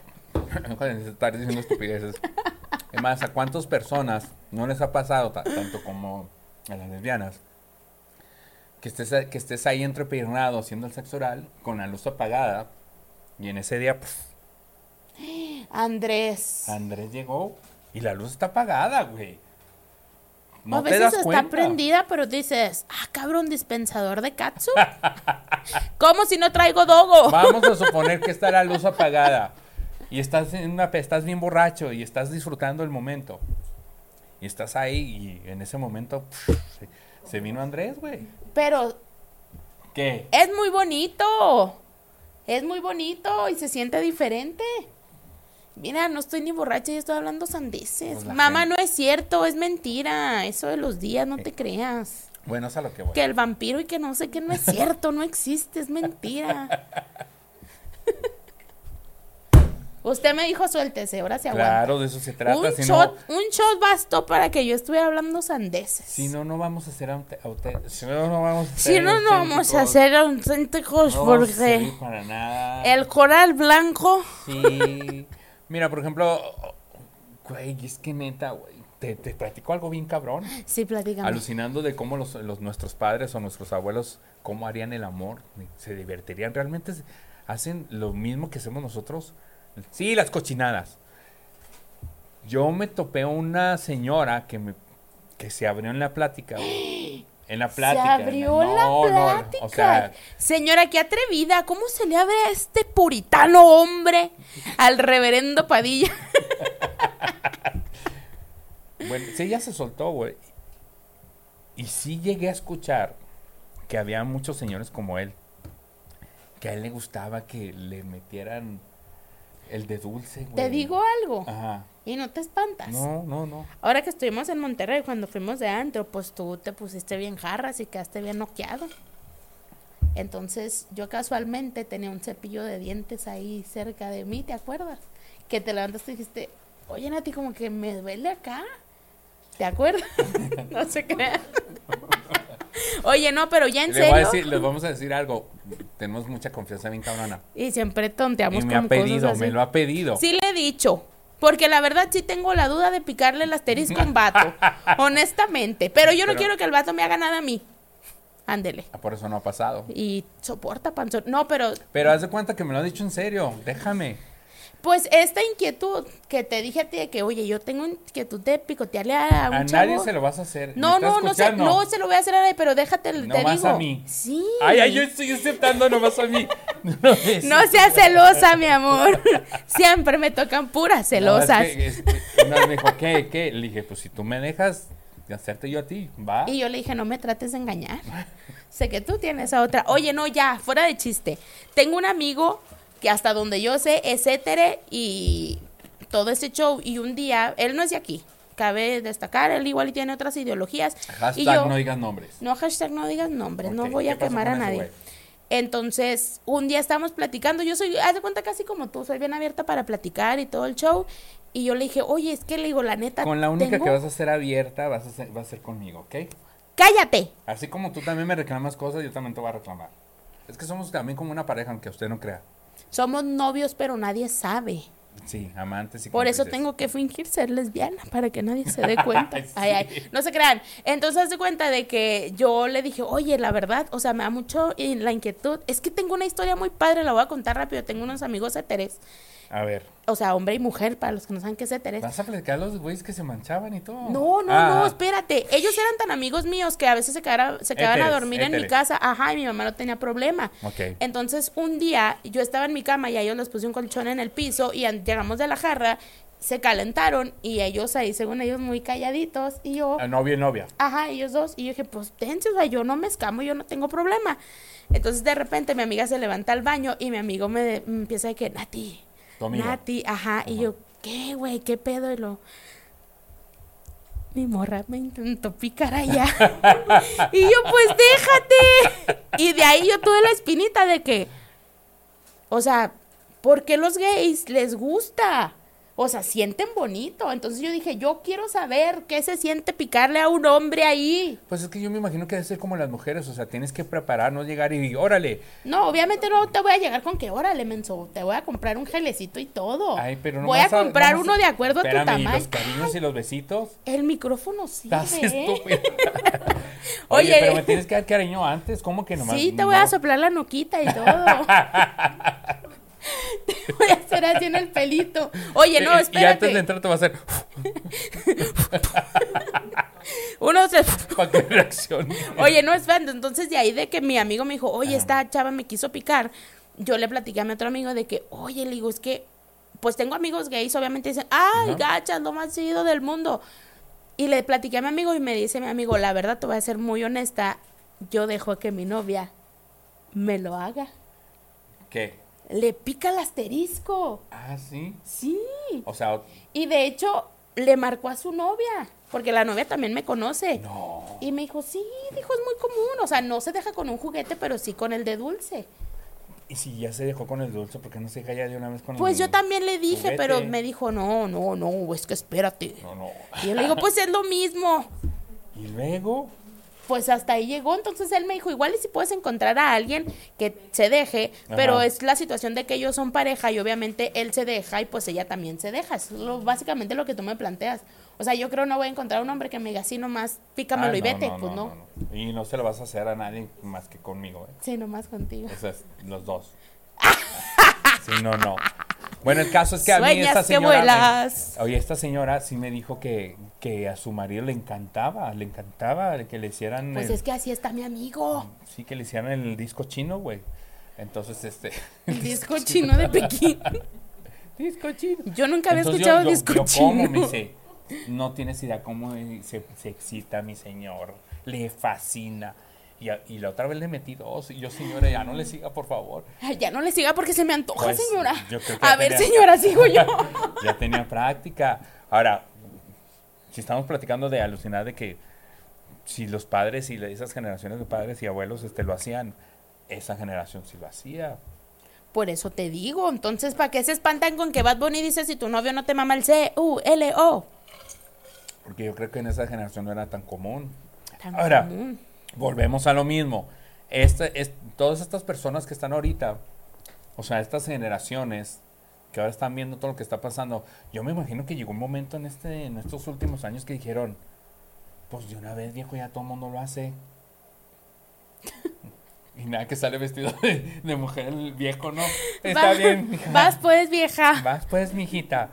[SPEAKER 1] Joder, de estar diciendo estupideces. Es más, ¿a cuántas personas no les ha pasado, ta- tanto como a las lesbianas, que estés, a- que estés ahí entrepiernado haciendo el sexo oral con la luz apagada y en ese día, pf,
[SPEAKER 2] Andrés.
[SPEAKER 1] Andrés llegó y la luz está apagada, güey. No
[SPEAKER 2] a
[SPEAKER 1] te
[SPEAKER 2] veces
[SPEAKER 1] das
[SPEAKER 2] está
[SPEAKER 1] cuenta.
[SPEAKER 2] prendida, pero dices, ah, cabrón, dispensador de katsu. ¿Cómo si no traigo dogo?
[SPEAKER 1] Vamos a suponer que está la luz apagada y estás en una pe- estás bien borracho y estás disfrutando el momento. Y estás ahí y en ese momento pf, se- se vino Andrés, güey.
[SPEAKER 2] Pero
[SPEAKER 1] ¿Qué?
[SPEAKER 2] es muy bonito. Es muy bonito y se siente diferente. Mira, no estoy ni borracha y estoy hablando sandeces.
[SPEAKER 1] Pues la
[SPEAKER 2] Mamá,
[SPEAKER 1] gente-
[SPEAKER 2] no es cierto, es mentira. Eso de los días, no te creas.
[SPEAKER 1] Bueno, es a lo que voy.
[SPEAKER 2] Que el vampiro y que no sé qué no es cierto, no existe, es mentira. Usted me dijo suéltese, ahora se aguanta.
[SPEAKER 1] Claro, de eso se trata.
[SPEAKER 2] un,
[SPEAKER 1] si,
[SPEAKER 2] shot,
[SPEAKER 1] no,
[SPEAKER 2] un shot bastó para que yo estuviera hablando sandeces.
[SPEAKER 1] si no, no vamos a ser aute- aute- Si no, no vamos a
[SPEAKER 2] Si
[SPEAKER 1] ser
[SPEAKER 2] no, no vamos a
[SPEAKER 1] auténticos,
[SPEAKER 2] hacer auténticos
[SPEAKER 1] no vamos a
[SPEAKER 2] porque
[SPEAKER 1] servir para nada.
[SPEAKER 2] el coral blanco.
[SPEAKER 1] Sí. Mira, por ejemplo, güey, es que neta, güey, te, te platico algo bien cabrón.
[SPEAKER 2] Sí, platícame.
[SPEAKER 1] Alucinando de cómo los, los- nuestros padres o nuestros abuelos, cómo harían el amor, se divertirían. Realmente se- hacen lo mismo que hacemos nosotros. Sí, las cochinadas. Yo me topé una señora que me que se abrió en la plática. güey. En la plática.
[SPEAKER 2] se abrió
[SPEAKER 1] no,
[SPEAKER 2] la
[SPEAKER 1] no, no,
[SPEAKER 2] plática.
[SPEAKER 1] o sea,
[SPEAKER 2] Señora, qué atrevida. ¿Cómo se le abre a este puritano hombre al reverendo Padilla?
[SPEAKER 1] bueno, sí, ella se soltó, güey. Y sí llegué a escuchar que había muchos señores como él. Que a él le gustaba que le metieran el de dulce, güey.
[SPEAKER 2] Te digo algo
[SPEAKER 1] Ajá.
[SPEAKER 2] y no te espantas.
[SPEAKER 1] No, no, no.
[SPEAKER 2] Ahora que estuvimos en Monterrey, cuando fuimos de antro, pues tú te pusiste bien jarras y quedaste bien noqueado. Entonces, yo casualmente tenía un cepillo de dientes ahí cerca de mí, ¿te acuerdas? Que te levantaste y dijiste, oye Nati, como que me duele acá. ¿Te acuerdas? no se crean. Oye, no, pero ya en
[SPEAKER 1] Les, voy a decir-
[SPEAKER 2] serio.
[SPEAKER 1] les vamos a decir algo. Tenemos mucha confianza bien cabrona.
[SPEAKER 2] Y siempre tonteamos
[SPEAKER 1] Y me
[SPEAKER 2] con
[SPEAKER 1] ha pedido,
[SPEAKER 2] cosas así.
[SPEAKER 1] me lo ha pedido.
[SPEAKER 2] Sí le he dicho. Porque la verdad sí tengo la duda de picarle el asterisco a un vato. honestamente. Pero yo no
[SPEAKER 1] Pero-
[SPEAKER 2] quiero que el vato me haga nada a mí. Ándele.
[SPEAKER 1] Ah, Por eso no ha pasado.
[SPEAKER 2] Y soporta, panzón. No, pero
[SPEAKER 1] Pero haz de cuenta que me lo ha dicho en serio. Déjame.
[SPEAKER 2] pues esta inquietud que te dije a ti de que, oye, yo tengo inquietud de picotearle a un
[SPEAKER 1] A
[SPEAKER 2] chavo.
[SPEAKER 1] nadie se lo vas a hacer. ¿Me
[SPEAKER 2] No,
[SPEAKER 1] estás
[SPEAKER 2] no, no se,
[SPEAKER 1] escuchando?
[SPEAKER 2] no se lo voy a hacer a nadie, pero déjate, te
[SPEAKER 1] Nomás
[SPEAKER 2] digo.
[SPEAKER 1] a mí.
[SPEAKER 2] Sí.
[SPEAKER 1] Ay, ay, yo estoy aceptando nomás a mí. No, es-
[SPEAKER 2] No seas celosa, mi amor. Siempre me tocan puras celosas.
[SPEAKER 1] No, es que, este, una vez me dijo, ¿qué? ¿Qué? Le dije, pues si tú me dejas de hacerte yo a ti, ¿va?
[SPEAKER 2] Y yo le dije, no me trates de engañar. Sé que tú tienes a otra. Oye, no, ya, fuera de chiste. Tengo un amigo que hasta donde yo sé es hétere y todo ese show. Y un día, él no es de aquí. Cabe destacar, él igual y tiene otras ideologías. y
[SPEAKER 1] Hashtag
[SPEAKER 2] yo,
[SPEAKER 1] no digas nombres.
[SPEAKER 2] no, hashtag no digas nombres, no
[SPEAKER 1] Ok,
[SPEAKER 2] voy a
[SPEAKER 1] ¿qué pasó
[SPEAKER 2] quemar a
[SPEAKER 1] con ese
[SPEAKER 2] nadie.
[SPEAKER 1] güey?
[SPEAKER 2] Entonces, un día estábamos platicando, yo soy, haz de cuenta casi como tú, soy bien abierta para platicar y todo el show. Y yo le dije, oye, es que le digo, la neta.
[SPEAKER 1] Con la única
[SPEAKER 2] tengo-
[SPEAKER 1] que vas a ser abierta, vas a ser, va a ser conmigo, ¿ok?
[SPEAKER 2] ¡Cállate!
[SPEAKER 1] Así como tú también me reclamas cosas, yo también te voy a reclamar. Es que somos también como una pareja, aunque usted no crea.
[SPEAKER 2] Somos novios, pero nadie sabe.
[SPEAKER 1] Sí, amantes y
[SPEAKER 2] Por eso
[SPEAKER 1] cómplices.
[SPEAKER 2] tengo que fingir ser lesbiana, para que nadie se dé cuenta.
[SPEAKER 1] Sí.
[SPEAKER 2] Ay, ay, no se crean. Entonces, haz de cuenta de que yo le dije, oye, la verdad, o sea, me da mucho y la inquietud. Es que tengo una historia muy padre, la voy a contar rápido. Tengo unos amigos heteres,
[SPEAKER 1] A ver,
[SPEAKER 2] o sea, hombre y mujer, para los que no saben qué es heteres.
[SPEAKER 1] ¿vas a platicar a los güeyes que se manchaban y todo?
[SPEAKER 2] No, no,
[SPEAKER 1] Ah,
[SPEAKER 2] no, espérate. Ellos eran tan amigos míos que a veces se, quedara- se quedaban a
[SPEAKER 1] Éteres,
[SPEAKER 2] dormir en mi
[SPEAKER 1] éteres.
[SPEAKER 2] casa. Ajá, y mi mamá no tenía problema.
[SPEAKER 1] Ok.
[SPEAKER 2] Entonces, un día yo estaba en mi cama y a ellos les puse un colchón en el piso y an- llegamos de la jarra, se calentaron y ellos ahí, según ellos, muy calladitos y yo...
[SPEAKER 1] ah, Novio y novia.
[SPEAKER 2] Ajá, ellos dos. Y yo dije, pues dense, o sea, yo no me escamo, yo no tengo problema. Entonces de repente mi amiga se levanta al baño y mi amigo me, de- me empieza a decir, Nati,
[SPEAKER 1] Tu amigo.
[SPEAKER 2] Nati, ajá. Y yo, ¿qué, güey? ¿Qué pedo? Y lo... Mi morra me intentó picar allá. y yo, pues déjate. Y de ahí yo tuve la espinita de que, o sea, ¿por qué los gays les gusta? O sea, sienten bonito. Entonces yo dije, yo quiero saber qué se siente picarle a un hombre ahí.
[SPEAKER 1] Pues es que yo me imagino que debe ser como las mujeres, o sea, tienes que preparar, no llegar y órale.
[SPEAKER 2] No, obviamente no te voy a llegar con que, órale, menso, te voy a comprar un gelecito y todo.
[SPEAKER 1] Ay, pero no
[SPEAKER 2] Oh, voy a
[SPEAKER 1] vas
[SPEAKER 2] comprar
[SPEAKER 1] no vas
[SPEAKER 2] uno de acuerdo a tu
[SPEAKER 1] Espérame, ¿y
[SPEAKER 2] tamaño.
[SPEAKER 1] los cariños y los besitos.
[SPEAKER 2] El micrófono sirve,
[SPEAKER 1] Estás
[SPEAKER 2] ¿eh?
[SPEAKER 1] estúpida.
[SPEAKER 2] Oye.
[SPEAKER 1] Oye, pero me tienes que dar cariño antes, ¿cómo que nomás?
[SPEAKER 2] Sí, te voy a
[SPEAKER 1] no?
[SPEAKER 2] soplar la nuquita y todo. te voy a hacer así en el pelito. Oye, no,
[SPEAKER 1] Eh, Y- Y antes de
[SPEAKER 2] espérate.
[SPEAKER 1] entrar te va a hacer
[SPEAKER 2] Uno se...
[SPEAKER 1] para que reaccione.
[SPEAKER 2] Oye, no, espérate. Entonces, de ahí de que mi amigo me dijo, oye, esta chava me quiso picar, yo le platiqué a mi otro amigo de que, oye, le digo, es que, pues tengo amigos gays, obviamente dicen, ay,
[SPEAKER 1] Ajá.
[SPEAKER 2] gachas, lo más seguido del mundo. Y le platiqué a mi amigo y me dice, mi amigo, la verdad, te voy a ser muy honesta, yo dejo que mi novia me lo haga.
[SPEAKER 1] ¿Qué?
[SPEAKER 2] Le pica el asterisco.
[SPEAKER 1] Ah, sí.
[SPEAKER 2] Sí.
[SPEAKER 1] O sea,
[SPEAKER 2] Y de hecho, le marcó a su novia, porque la novia también me conoce.
[SPEAKER 1] no.
[SPEAKER 2] Y me dijo, sí, dijo, es muy común. O sea, no se deja con un juguete, pero sí con el de dulce.
[SPEAKER 1] Y si ya se dejó con el dulce, ¿por qué no se calla de una vez con el
[SPEAKER 2] Pues yo
[SPEAKER 1] dulce?
[SPEAKER 2] también le dije,
[SPEAKER 1] Juguete.
[SPEAKER 2] pero me dijo, no, no, no, es que espérate.
[SPEAKER 1] No, no.
[SPEAKER 2] Y yo le digo, pues es lo mismo.
[SPEAKER 1] Y luego,
[SPEAKER 2] Pues hasta ahí llegó. Entonces él me dijo, igual y si puedes encontrar a alguien que se deje,
[SPEAKER 1] Ajá.
[SPEAKER 2] pero es la situación de que ellos son pareja y obviamente él se deja y pues ella también se deja. Es lo- básicamente lo que tú me planteas. O sea, yo creo no voy a encontrar un hombre que me diga así nomás, pícamelo
[SPEAKER 1] Ah,
[SPEAKER 2] y
[SPEAKER 1] no,
[SPEAKER 2] vete.
[SPEAKER 1] no,
[SPEAKER 2] pues no.
[SPEAKER 1] no, no. Y no se lo vas a hacer a nadie más que conmigo, ¿eh?
[SPEAKER 2] Sí, nomás contigo.
[SPEAKER 1] O sea, los dos. Sí, no, no. Bueno, el caso es que a mí
[SPEAKER 2] Sueñas
[SPEAKER 1] esta
[SPEAKER 2] que
[SPEAKER 1] señora... me-
[SPEAKER 2] vuelas.
[SPEAKER 1] oye, esta señora sí me dijo que, que a su marido le encantaba, le encantaba que le hicieran...
[SPEAKER 2] Pues
[SPEAKER 1] el-
[SPEAKER 2] es que así está mi amigo.
[SPEAKER 1] Sí, que le hicieran el disco chino, güey. Entonces, este...
[SPEAKER 2] El disco chino de Pekín.
[SPEAKER 1] disco chino.
[SPEAKER 2] Yo nunca había
[SPEAKER 1] Entonces,
[SPEAKER 2] escuchado
[SPEAKER 1] yo- yo-
[SPEAKER 2] disco
[SPEAKER 1] yo
[SPEAKER 2] chino.
[SPEAKER 1] como, me dice, no tienes idea cómo eh, se, se excita mi señor, le fascina. Y, a- y la otra vez le metí dos, y yo, señora, ya no le siga, por favor.
[SPEAKER 2] Ay, ya no le siga porque se me antoja,
[SPEAKER 1] Pues,
[SPEAKER 2] señora.
[SPEAKER 1] yo creo que
[SPEAKER 2] A
[SPEAKER 1] ya
[SPEAKER 2] ver,
[SPEAKER 1] tenía-
[SPEAKER 2] señora, sigo yo.
[SPEAKER 1] Ya tenía práctica. Ahora, si estamos platicando de alucinar de que si los padres y la- esas generaciones de padres y abuelos este, lo hacían, esa generación sí lo hacía.
[SPEAKER 2] Por eso te digo. Entonces, ¿para qué se espantan con que Bad Bunny dice si tu novio no te mama el C-U-L-O?
[SPEAKER 1] Porque yo creo que en esa generación no era tan común.
[SPEAKER 2] Tan
[SPEAKER 1] Ahora,
[SPEAKER 2] común.
[SPEAKER 1] Volvemos a lo mismo. Este, es, todas estas personas que están ahorita, o sea, estas generaciones que ahora están viendo todo lo que está pasando, yo me imagino que llegó un momento en, este, en estos últimos años que dijeron, pues de una vez viejo ya todo el mundo lo hace. Y nada que sale vestido de, de mujer el viejo, ¿no? Está
[SPEAKER 2] Vas-
[SPEAKER 1] bien, mija.
[SPEAKER 2] Vas pues, vieja.
[SPEAKER 1] Vas pues, mijita.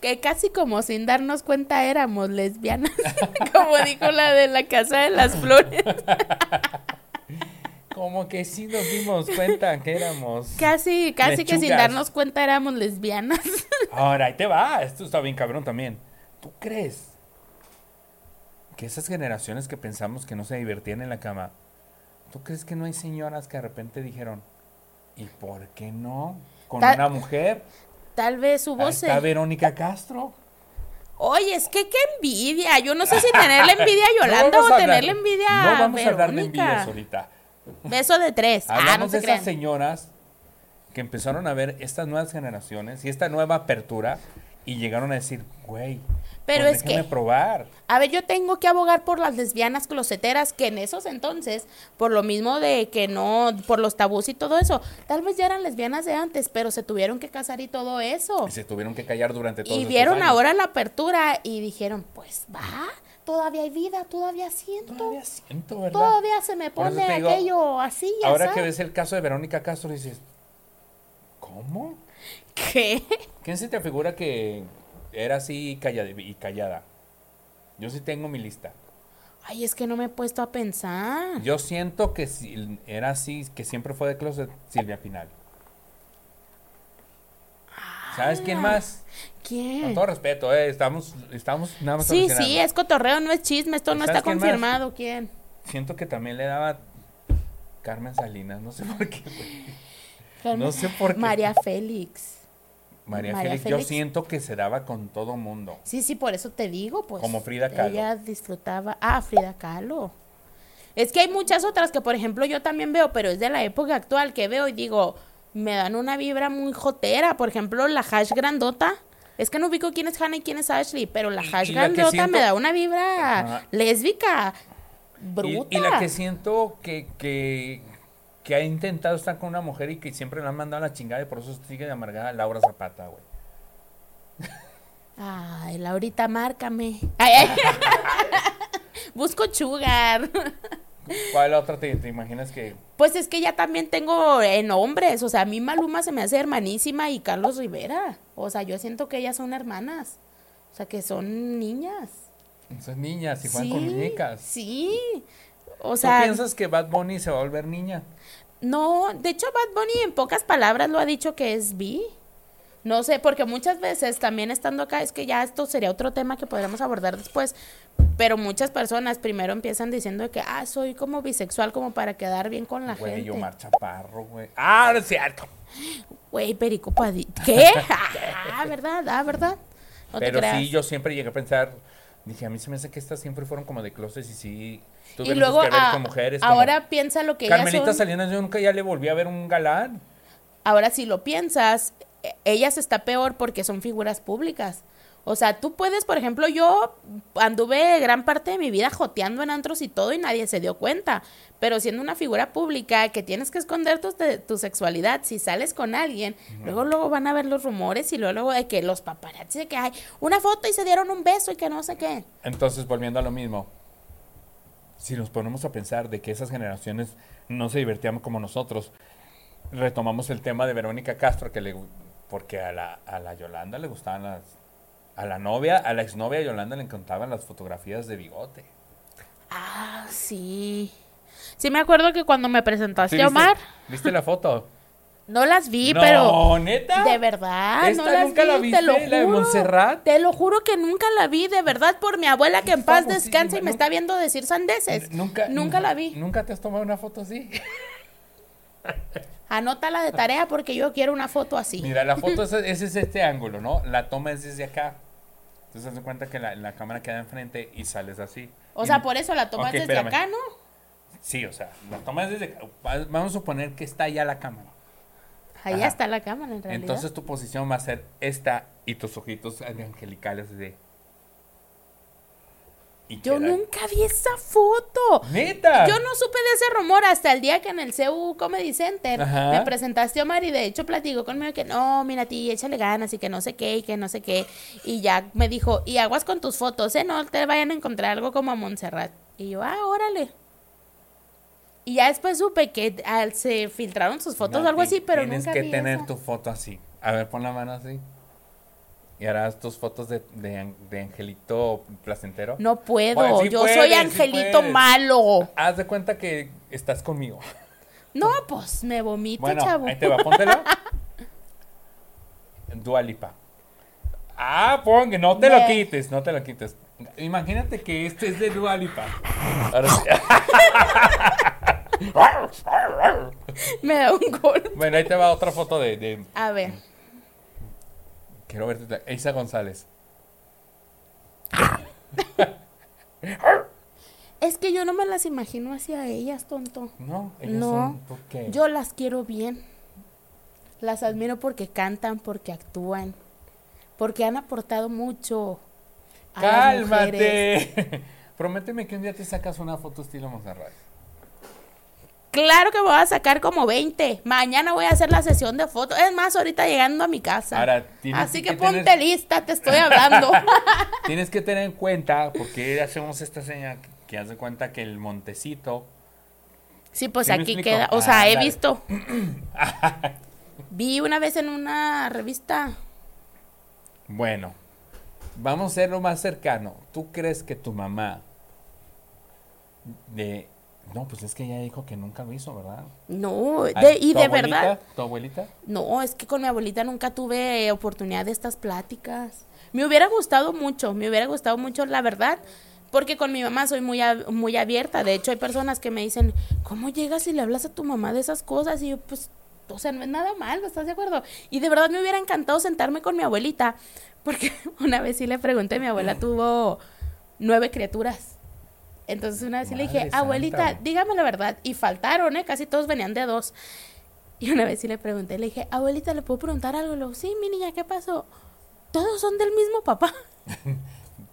[SPEAKER 2] Que casi como sin darnos cuenta éramos lesbianas. como dijo la de la Casa de las Flores.
[SPEAKER 1] Como que sí nos dimos cuenta que éramos.
[SPEAKER 2] Casi, casi que sin
[SPEAKER 1] Lechugas.
[SPEAKER 2] darnos cuenta éramos lesbianas.
[SPEAKER 1] Ahora, ahí te va. Esto está bien cabrón también. ¿Tú crees que esas generaciones que pensamos que no se divertían en la cama, ¿tú crees que no hay señoras que de repente dijeron, ¿y por qué no? Con
[SPEAKER 2] Ta-
[SPEAKER 1] una mujer.
[SPEAKER 2] Tal vez hubo
[SPEAKER 1] Ahí está
[SPEAKER 2] se-
[SPEAKER 1] Verónica Castro.
[SPEAKER 2] Oye, es que qué envidia. Yo no sé si tenerle envidia
[SPEAKER 1] No
[SPEAKER 2] a Yolanda
[SPEAKER 1] vamos
[SPEAKER 2] o
[SPEAKER 1] a hablar-
[SPEAKER 2] tenerle envidia a
[SPEAKER 1] No vamos a hablar de
[SPEAKER 2] Verónica.
[SPEAKER 1] envidias ahorita.
[SPEAKER 2] Beso de tres. ah,
[SPEAKER 1] Hablamos
[SPEAKER 2] no
[SPEAKER 1] de
[SPEAKER 2] se
[SPEAKER 1] esas
[SPEAKER 2] crean.
[SPEAKER 1] señoras que empezaron a ver estas nuevas generaciones y esta nueva apertura y llegaron a decir, güey,
[SPEAKER 2] Pero
[SPEAKER 1] pues
[SPEAKER 2] es
[SPEAKER 1] déjenme
[SPEAKER 2] que-
[SPEAKER 1] probar.
[SPEAKER 2] A ver, yo tengo que abogar por las lesbianas closeteras que en esos entonces, por lo mismo de que no, por los tabús y todo eso, tal vez ya eran lesbianas de antes, pero se tuvieron que casar y todo eso.
[SPEAKER 1] Y se tuvieron que callar durante todo
[SPEAKER 2] Y vieron ahora la apertura y dijeron, pues va, todavía hay vida, todavía siento, todavía,
[SPEAKER 1] Todavía siento, ¿verdad?
[SPEAKER 2] se me
[SPEAKER 1] Por eso
[SPEAKER 2] pone
[SPEAKER 1] te digo,
[SPEAKER 2] aquello así. ya
[SPEAKER 1] ahora que
[SPEAKER 2] sabes".
[SPEAKER 1] ves el caso de Verónica Castro dices, ¿cómo?
[SPEAKER 2] ¿Qué?
[SPEAKER 1] ¿Quién se te figura que era así callada y callada? Yo sí tengo mi lista.
[SPEAKER 2] Ay, es que no me he puesto a pensar.
[SPEAKER 1] Yo siento que si- era así, que siempre fue de closet Silvia Pinal. ¿Sabes
[SPEAKER 2] Ah.
[SPEAKER 1] quién más? Con
[SPEAKER 2] ¿Quién?
[SPEAKER 1] todo respeto, eh, estamos, estamos nada más
[SPEAKER 2] Sí,
[SPEAKER 1] mencionando.
[SPEAKER 2] sí, es cotorreo, no es chisme, esto no
[SPEAKER 1] ¿Sabes
[SPEAKER 2] está
[SPEAKER 1] quién más?
[SPEAKER 2] confirmado. ¿Quién?
[SPEAKER 1] Siento que también le daba Carmen Salinas, no sé por qué. güey. No sé por qué.
[SPEAKER 2] María Félix.
[SPEAKER 1] María,
[SPEAKER 2] María
[SPEAKER 1] Félix, yo
[SPEAKER 2] Félix.
[SPEAKER 1] siento que se daba con todo mundo.
[SPEAKER 2] Sí, sí, por eso te digo, pues.
[SPEAKER 1] Como Frida Kahlo.
[SPEAKER 2] Ella disfrutaba. Ah, Frida Kahlo. Es que hay muchas otras que, por ejemplo, yo también veo, pero es de la época actual que veo y digo, me dan una vibra muy jotera. Por ejemplo, la hash grandota. Es que no ubico quién es Hannah y quién es Ashley, pero la
[SPEAKER 1] Y-
[SPEAKER 2] hash
[SPEAKER 1] y la que
[SPEAKER 2] grandota
[SPEAKER 1] siento-
[SPEAKER 2] me da una vibra
[SPEAKER 1] Ajá.
[SPEAKER 2] lésbica,
[SPEAKER 1] Y-
[SPEAKER 2] bruta.
[SPEAKER 1] Y, la que siento que, que, que ha intentado estar con una mujer y que siempre la han mandado a la chingada y por eso sigue de amargada Laura Zapata, güey.
[SPEAKER 2] Ay, Laurita, márcame. Ay, ay. Busco chugar.
[SPEAKER 1] ¿Cuál otra te, te imaginas que
[SPEAKER 2] Pues es que ya también tengo en hombres, o sea, a mí Maluma se me hace hermanísima y Carlos Rivera, o sea, yo siento que ellas son hermanas, o sea, que son niñas.
[SPEAKER 1] esas niñas y juegan
[SPEAKER 2] sí,
[SPEAKER 1] con muñecas?
[SPEAKER 2] Sí, o
[SPEAKER 1] ¿Tú
[SPEAKER 2] sea,
[SPEAKER 1] piensas que Bad Bunny se va a volver niña?
[SPEAKER 2] no, de hecho Bad Bunny en pocas palabras lo ha dicho que es bi. No sé, porque muchas veces también estando acá, es que ya esto sería otro tema que podríamos abordar después, pero muchas personas primero empiezan diciendo que, ah, soy como bisexual, como para quedar bien con la
[SPEAKER 1] Güey,
[SPEAKER 2] gente.
[SPEAKER 1] Omar Chaparro, güey. ¡Ah, no es cierto!
[SPEAKER 2] Güey, Perico Padilla. ¿Qué? Ah, ¿verdad? Ah, ¿verdad? No te
[SPEAKER 1] Pero
[SPEAKER 2] creas.
[SPEAKER 1] sí, yo siempre llegué a pensar, dije, a mí se me hace que estas siempre fueron como de closets y sí,
[SPEAKER 2] y
[SPEAKER 1] tuvieron
[SPEAKER 2] luego
[SPEAKER 1] que ver
[SPEAKER 2] ah,
[SPEAKER 1] con mujeres. como-
[SPEAKER 2] ahora piensa lo que
[SPEAKER 1] Carmelita
[SPEAKER 2] ellas son.
[SPEAKER 1] Salinas, yo nunca ya le volví a ver un galán.
[SPEAKER 2] Ahora si lo piensas, eh, ellas está peor porque son figuras públicas. O sea, tú puedes, por ejemplo, yo anduve gran parte de mi vida joteando en antros y todo y nadie se dio cuenta. Pero siendo una figura pública que tienes que esconder tu, te- tu sexualidad, si sales con alguien, luego luego van a ver los rumores y luego, luego de que los paparazzi de que hay una foto y se dieron un beso y que no sé qué.
[SPEAKER 1] Entonces, volviendo a lo mismo, si nos ponemos a pensar de que esas generaciones no se divertían como nosotros, retomamos el tema de Verónica Castro, que le, gu- porque a la, a la Yolanda le gustaban las... A la novia, a la exnovia de Yolanda le encantaban las fotografías de bigote.
[SPEAKER 2] Ah, sí. Sí me acuerdo que cuando me presentaste
[SPEAKER 1] ¿Sí viste-
[SPEAKER 2] Omar,
[SPEAKER 1] ¿Viste la foto?
[SPEAKER 2] no las vi,
[SPEAKER 1] no,
[SPEAKER 2] pero
[SPEAKER 1] neta.
[SPEAKER 2] de verdad,
[SPEAKER 1] ¿Esta
[SPEAKER 2] no las
[SPEAKER 1] nunca
[SPEAKER 2] vi,
[SPEAKER 1] la
[SPEAKER 2] te
[SPEAKER 1] viste,
[SPEAKER 2] lo
[SPEAKER 1] la de
[SPEAKER 2] juro.
[SPEAKER 1] Montserrat?
[SPEAKER 2] Te lo juro que nunca la vi, de verdad, por mi abuela que en
[SPEAKER 1] Está
[SPEAKER 2] paz
[SPEAKER 1] famosísima,
[SPEAKER 2] descanse y me
[SPEAKER 1] ¿no?
[SPEAKER 2] está viendo decir sandeces.
[SPEAKER 1] Nunca,
[SPEAKER 2] Nunca la vi.
[SPEAKER 1] Nunca te has tomado una foto así.
[SPEAKER 2] Anótala de tarea porque yo quiero una foto así.
[SPEAKER 1] Mira, la foto es, ese es este ángulo, ¿no? La toma es desde acá. Entonces, haz de cuenta que la, la cámara queda enfrente y sales así.
[SPEAKER 2] o
[SPEAKER 1] Y-
[SPEAKER 2] sea, por e-, eso la tomas
[SPEAKER 1] Ok,
[SPEAKER 2] desde
[SPEAKER 1] espérame.
[SPEAKER 2] acá, ¿no?
[SPEAKER 1] Sí, o sea, la toma es desde acá. Va- Vamos a suponer que está allá la cámara.
[SPEAKER 2] Ahí
[SPEAKER 1] Ajá.
[SPEAKER 2] está la cámara en realidad.
[SPEAKER 1] Entonces, tu posición va a ser esta y tus ojitos angelicales de. Y
[SPEAKER 2] Yo
[SPEAKER 1] queda-
[SPEAKER 2] nunca vi esa foto.
[SPEAKER 1] ¡Neta!
[SPEAKER 2] Yo no supe de ese rumor hasta el día que en el CU Comedy Center
[SPEAKER 1] Ajá.
[SPEAKER 2] me presentaste a Omar y de hecho platicó conmigo que no, mira a ti, échale ganas y que no sé qué y que no sé qué. Y ya me dijo, y aguas con tus fotos, ¿eh? No te vayan a encontrar algo como a Montserrat. Y yo, ah, órale. Y ya después supe que ah, se filtraron sus fotos
[SPEAKER 1] No,
[SPEAKER 2] o algo
[SPEAKER 1] ti-
[SPEAKER 2] así, pero
[SPEAKER 1] Tienes
[SPEAKER 2] nunca
[SPEAKER 1] que
[SPEAKER 2] vi
[SPEAKER 1] tener
[SPEAKER 2] esa.
[SPEAKER 1] tu foto así. A ver, pon la mano así. Y harás tus fotos de, de, an- de angelito placentero.
[SPEAKER 2] No puedo,
[SPEAKER 1] Bueno, Pues, sí
[SPEAKER 2] yo
[SPEAKER 1] puedes,
[SPEAKER 2] soy
[SPEAKER 1] sí
[SPEAKER 2] angelito
[SPEAKER 1] puedes.
[SPEAKER 2] malo.
[SPEAKER 1] Haz de cuenta que estás conmigo.
[SPEAKER 2] No, pues me vomito,
[SPEAKER 1] Bueno,
[SPEAKER 2] chavo.
[SPEAKER 1] ahí te va, póntelo. Dualipa. Ah, pon, que no te lo
[SPEAKER 2] Ve.
[SPEAKER 1] quites, no te lo quites. Imagínate que este es de Dualipa. Ahora sí.
[SPEAKER 2] Me da un gol.
[SPEAKER 1] Bueno, ahí te va otra foto de, de-
[SPEAKER 2] A ver.
[SPEAKER 1] quiero verte Isa González.
[SPEAKER 2] Es que yo no me las imagino hacia ellas, tonto.
[SPEAKER 1] No, ellos
[SPEAKER 2] No,
[SPEAKER 1] son ¿por qué?
[SPEAKER 2] Yo las quiero bien. Las admiro porque cantan, porque actúan, porque han aportado mucho. a las mujeres.
[SPEAKER 1] ¡Cálmate! Prométeme que un día te sacas una foto estilo Monserrat.
[SPEAKER 2] Claro que me voy a sacar como 20. Mañana voy a hacer la sesión de fotos. Es más, ahorita llegando a mi casa.
[SPEAKER 1] Ahora, tienes
[SPEAKER 2] Así que,
[SPEAKER 1] que
[SPEAKER 2] ponte
[SPEAKER 1] tener-
[SPEAKER 2] lista, te estoy hablando.
[SPEAKER 1] Tienes que tener en cuenta, porque hacemos esta seña que- que haz de cuenta que el montecito
[SPEAKER 2] sí, pues
[SPEAKER 1] ¿Sí me
[SPEAKER 2] aquí
[SPEAKER 1] explico?
[SPEAKER 2] queda. O sea,
[SPEAKER 1] Ah,
[SPEAKER 2] he
[SPEAKER 1] dale.
[SPEAKER 2] visto. Vi una vez en una revista.
[SPEAKER 1] Bueno, vamos a ser lo más cercano. ¿Tú crees que tu mamá de... No, pues es que ella dijo que nunca lo hizo, ¿verdad?
[SPEAKER 2] No,
[SPEAKER 1] Ay,
[SPEAKER 2] de- y
[SPEAKER 1] ¿tu
[SPEAKER 2] de
[SPEAKER 1] abuelita?
[SPEAKER 2] verdad.
[SPEAKER 1] ¿Tu abuelita?
[SPEAKER 2] No, es que con mi abuelita nunca tuve eh, oportunidad de estas pláticas. Me hubiera gustado mucho, me hubiera gustado mucho, la verdad, porque con mi mamá soy muy, ab- muy abierta. De hecho, hay personas que me dicen, ¿cómo llegas y le hablas a tu mamá de esas cosas? Y yo, pues, o sea, no es nada malo, ¿estás de acuerdo? Y de verdad me hubiera encantado sentarme con mi abuelita, porque una vez sí le pregunté, mi abuela tuvo nueve criaturas. Entonces una vez sí le dije,
[SPEAKER 1] Madre
[SPEAKER 2] abuelita,
[SPEAKER 1] santa.
[SPEAKER 2] dígame la verdad. Y faltaron, ¿eh? Casi todos venían de dos. Y una vez sí le pregunté, le dije, abuelita, ¿le puedo preguntar algo? Y luego, sí, mi niña, ¿qué pasó? Todos son del mismo papá.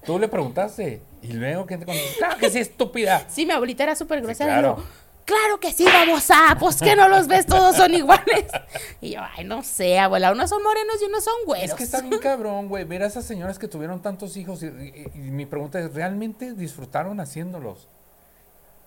[SPEAKER 1] Tú le preguntaste y luego que te contestó, claro que sí, estúpida.
[SPEAKER 2] Sí, mi abuelita era súper grosera.
[SPEAKER 1] claro.
[SPEAKER 2] claro. claro que sí, babosa, pues que no los ves, todos son iguales. Y yo, ay, no sé, abuela, unos son morenos y unos son güeros.
[SPEAKER 1] Es que está bien cabrón, güey. Mira esas señoras que tuvieron tantos hijos y, y- y mi pregunta es, ¿realmente disfrutaron haciéndolos?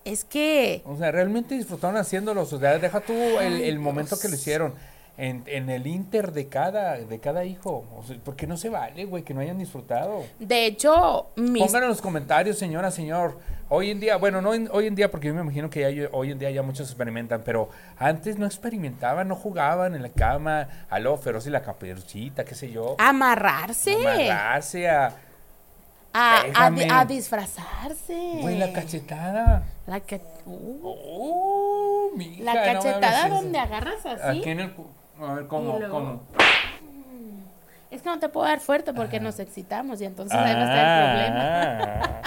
[SPEAKER 2] Es que
[SPEAKER 1] O sea, ¿realmente disfrutaron haciéndolos? O sea, deja tú el, el momento que lo hicieron. En, en el inter de cada, de cada hijo. O sea, ¿Por qué no se vale, güey, que no hayan disfrutado?
[SPEAKER 2] de hecho, mis...
[SPEAKER 1] Pónganlo en los comentarios, señora, señor. Hoy en día, bueno, no en- hoy en día, porque yo me imagino que ya yo- hoy en día ya muchos experimentan, pero antes no experimentaban, no jugaban en la cama, a lo feroz y la caperucita, qué sé yo.
[SPEAKER 2] Ah, Amarrarse,
[SPEAKER 1] Amarrarse a-
[SPEAKER 2] a, a
[SPEAKER 1] Déjame.
[SPEAKER 2] di- a disfrazarse.
[SPEAKER 1] Güey, la cachetada.
[SPEAKER 2] La que- uh,
[SPEAKER 1] Oh, mija,
[SPEAKER 2] la
[SPEAKER 1] no me hables
[SPEAKER 2] cachetada
[SPEAKER 1] eso.
[SPEAKER 2] donde agarras así.
[SPEAKER 1] Aquí en el... cu- A ver, ¿cómo?
[SPEAKER 2] Y luego-
[SPEAKER 1] ¿Cómo?
[SPEAKER 2] Es que no te puedo dar fuerte porque nos excitamos y entonces ahí va a estar el problema.
[SPEAKER 1] Ah,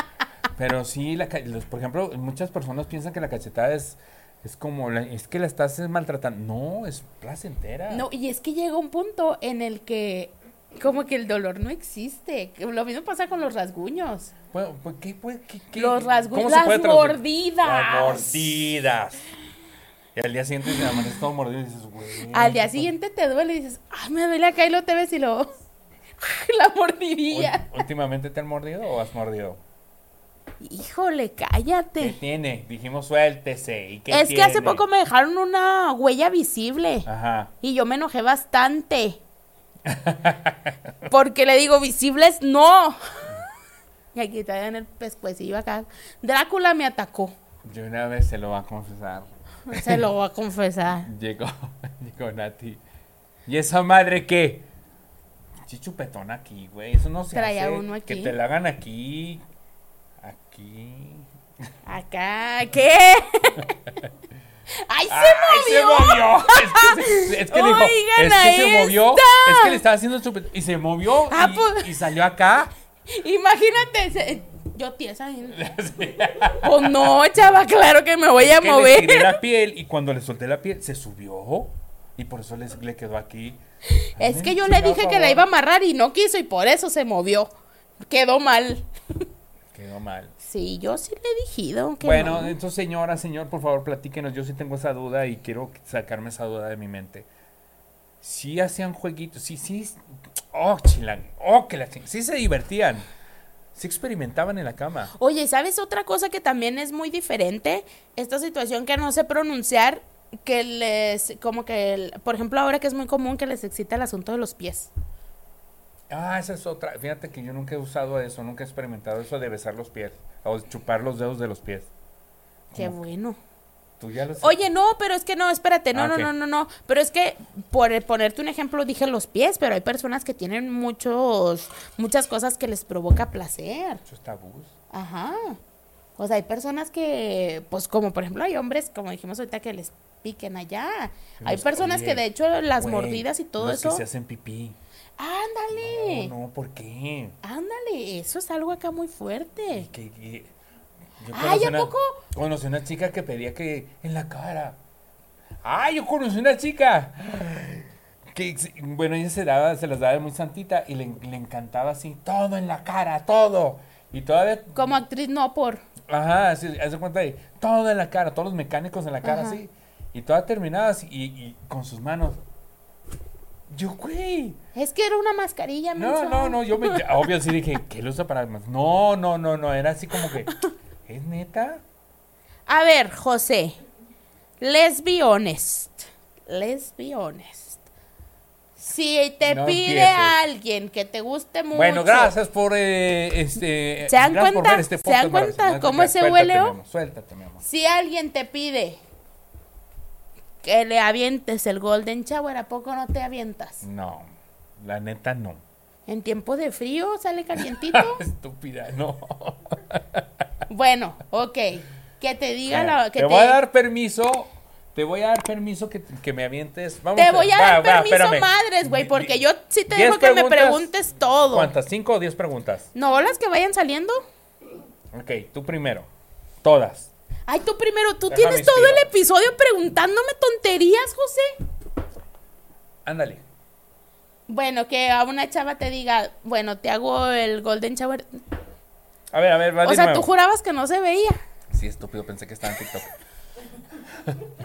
[SPEAKER 1] Pero sí, la, ca- los- por ejemplo, muchas personas piensan que la cachetada es, es como, la- es que la estás maltratando. No, es placentera.
[SPEAKER 2] No, y es que llega un punto en el que como que el dolor no existe. Que Lo mismo pasa con los rasguños.
[SPEAKER 1] Bueno, pues, ¿qué puede- qué- qué-
[SPEAKER 2] Los rasguños,
[SPEAKER 1] cómo se
[SPEAKER 2] las
[SPEAKER 1] puede traducir?
[SPEAKER 2] mordidas.
[SPEAKER 1] Las mordidas. Y al día siguiente te amaneces todo mordido y dices, güey.
[SPEAKER 2] Al día siguiente te duele y dices, ay, me duele acá y lo te ves y lo... la
[SPEAKER 1] ul-
[SPEAKER 2] mordidilla.
[SPEAKER 1] ¿Últimamente te han mordido o has mordido?
[SPEAKER 2] Híjole,
[SPEAKER 1] ¿Qué
[SPEAKER 2] cállate.
[SPEAKER 1] tiene? Dijimos suéltese. ¿Y qué
[SPEAKER 2] Es que hace
[SPEAKER 1] tiene? Ah.
[SPEAKER 2] poco me dejaron una huella visible.
[SPEAKER 1] Ajá.
[SPEAKER 2] Y yo me enojé bastante. Porque le digo, visibles no. Y aquí traían el pescuecillo acá. Drácula me atacó.
[SPEAKER 1] Yo una vez se lo va a confesar.
[SPEAKER 2] Se lo voy a confesar.
[SPEAKER 1] Llegó, llegó Nati. ¿Y esa madre qué? Sí, chupetón aquí, güey. Eso no se
[SPEAKER 2] Traía
[SPEAKER 1] hace.
[SPEAKER 2] uno aquí.
[SPEAKER 1] Que te la hagan aquí. Aquí.
[SPEAKER 2] Acá, ¿qué? ¡Ay, se
[SPEAKER 1] ¡Ay, se
[SPEAKER 2] movió!
[SPEAKER 1] movió! Es que, se, es que le dijo,
[SPEAKER 2] Oigan
[SPEAKER 1] es que
[SPEAKER 2] a
[SPEAKER 1] se movió.
[SPEAKER 2] esta.
[SPEAKER 1] Es que le estaba haciendo chupetón. Y se movió.
[SPEAKER 2] Ah,
[SPEAKER 1] y,
[SPEAKER 2] pues.
[SPEAKER 1] y salió acá.
[SPEAKER 2] Imagínate, se- yo tiesa. ¿eh? Pues no, chava, claro que me voy a
[SPEAKER 1] Es que le tiré
[SPEAKER 2] mover.
[SPEAKER 1] la piel. Y cuando le solté la piel, se subió. Y por eso les, le quedó aquí.
[SPEAKER 2] Es que
[SPEAKER 1] Ay,
[SPEAKER 2] yo le
[SPEAKER 1] chingado
[SPEAKER 2] dije que la
[SPEAKER 1] favor.
[SPEAKER 2] iba a amarrar y no quiso y por eso se movió. Quedó mal.
[SPEAKER 1] Quedó Algo mal.
[SPEAKER 2] Sí, yo sí le he dijido que
[SPEAKER 1] bueno, eh.
[SPEAKER 2] no.
[SPEAKER 1] entonces señora, señor, por favor, platíquenos. Yo sí tengo esa duda y quiero sacarme esa duda de mi mente. Sí hacían jueguitos, sí, sí. Oh, chilan, oh, que la ching- Sí se divertían. Sí experimentaban en la cama.
[SPEAKER 2] Oye, ¿sabes otra cosa que también es muy diferente? Esta situación que no sé pronunciar, que les, como que, el- por ejemplo, ahora que es muy común que les excita el asunto de los pies.
[SPEAKER 1] Ah, esa es otra. Fíjate que yo nunca he usado eso, nunca he experimentado eso de besar los pies o chupar los dedos de los pies.
[SPEAKER 2] Qué
[SPEAKER 1] Como-
[SPEAKER 2] bueno.
[SPEAKER 1] Tú ya los-
[SPEAKER 2] Oye, no, pero es que no, espérate, no,
[SPEAKER 1] Ah,
[SPEAKER 2] no,
[SPEAKER 1] ok.
[SPEAKER 2] no, no, no. Pero es que, por ponerte un ejemplo, dije los pies, pero hay personas que tienen muchos, muchas cosas que les provoca placer.
[SPEAKER 1] Muchos tabús.
[SPEAKER 2] Ajá. O sea, hay personas que, pues como por ejemplo hay hombres, como dijimos ahorita, que les piquen allá. Hay
[SPEAKER 1] Los-
[SPEAKER 2] personas
[SPEAKER 1] oye,
[SPEAKER 2] que de hecho las
[SPEAKER 1] güey,
[SPEAKER 2] mordidas y todo
[SPEAKER 1] los
[SPEAKER 2] eso...
[SPEAKER 1] que se hacen pipí.
[SPEAKER 2] Ándale,
[SPEAKER 1] No, no, ¿por qué?
[SPEAKER 2] ándale, eso es algo acá muy
[SPEAKER 1] Y
[SPEAKER 2] fuerte.
[SPEAKER 1] que- que- yo
[SPEAKER 2] Ay,
[SPEAKER 1] conocí
[SPEAKER 2] ¿a
[SPEAKER 1] una-
[SPEAKER 2] poco?
[SPEAKER 1] Conocí una chica que pedía que en la cara. ¡Ay, yo conocí una chica! Que, ex- bueno, ella se, daba, se las daba de muy santita y le, le encantaba así, todo en la cara, todo. Y todavía,
[SPEAKER 2] Como actriz no por...
[SPEAKER 1] ajá, así, haz de cuenta de todo en la cara, todos los mecánicos en la cara,
[SPEAKER 2] Ajá.
[SPEAKER 1] así. Y todas terminadas y, y con sus manos. Yo, güey.
[SPEAKER 2] Es que era una mascarilla,
[SPEAKER 1] No,
[SPEAKER 2] menso.
[SPEAKER 1] no, no, yo me, ya, obvio sí dije, ¿qué lo usa para más? No, no, no, no, era así como que, ¿es neta?
[SPEAKER 2] A ver, José, let's be honest, let's be honest. Si te
[SPEAKER 1] No
[SPEAKER 2] pide
[SPEAKER 1] empieces.
[SPEAKER 2] a alguien que te guste mucho...
[SPEAKER 1] Bueno, gracias por, eh, este,
[SPEAKER 2] ¿Se dan
[SPEAKER 1] gracias este
[SPEAKER 2] cuenta? ¿Se
[SPEAKER 1] podcast
[SPEAKER 2] dan cuenta
[SPEAKER 1] maravilloso.
[SPEAKER 2] cómo ese
[SPEAKER 1] Suéltate,
[SPEAKER 2] hueleo?
[SPEAKER 1] mi amor, Suéltate, mi amor.
[SPEAKER 2] Si alguien te pide que le avientes el Golden Shower, ¿a poco no te avientas?
[SPEAKER 1] No, la neta no.
[SPEAKER 2] En tiempo de frío sale calientito.
[SPEAKER 1] Estúpida, no.
[SPEAKER 2] bueno, ok. Que te diga la...
[SPEAKER 1] te
[SPEAKER 2] Que te,
[SPEAKER 1] voy a dar permiso, te voy a dar permiso que, que me avientes. Vamos
[SPEAKER 2] te
[SPEAKER 1] a-
[SPEAKER 2] voy a
[SPEAKER 1] va,
[SPEAKER 2] dar
[SPEAKER 1] va,
[SPEAKER 2] permiso,
[SPEAKER 1] espérame.
[SPEAKER 2] madres, güey, porque yo sí te
[SPEAKER 1] Diez
[SPEAKER 2] dejo que me
[SPEAKER 1] preguntas.
[SPEAKER 2] preguntes todo.
[SPEAKER 1] ¿Cuántas? ¿Cinco o diez preguntas?
[SPEAKER 2] No, las que vayan saliendo.
[SPEAKER 1] Ok, tú primero. Todas.
[SPEAKER 2] Ay, tú primero, tú
[SPEAKER 1] Déjame
[SPEAKER 2] tienes todo
[SPEAKER 1] inspiro.
[SPEAKER 2] el episodio preguntándome tonterías, José.
[SPEAKER 1] Ándale.
[SPEAKER 2] Bueno, que a una chava te diga, bueno, te hago el Golden Shower.
[SPEAKER 1] A ver, a ver, va
[SPEAKER 2] O
[SPEAKER 1] de
[SPEAKER 2] sea,
[SPEAKER 1] nuevo.
[SPEAKER 2] tú jurabas que no se veía.
[SPEAKER 1] Sí, estúpido, pensé que estaba en TikTok.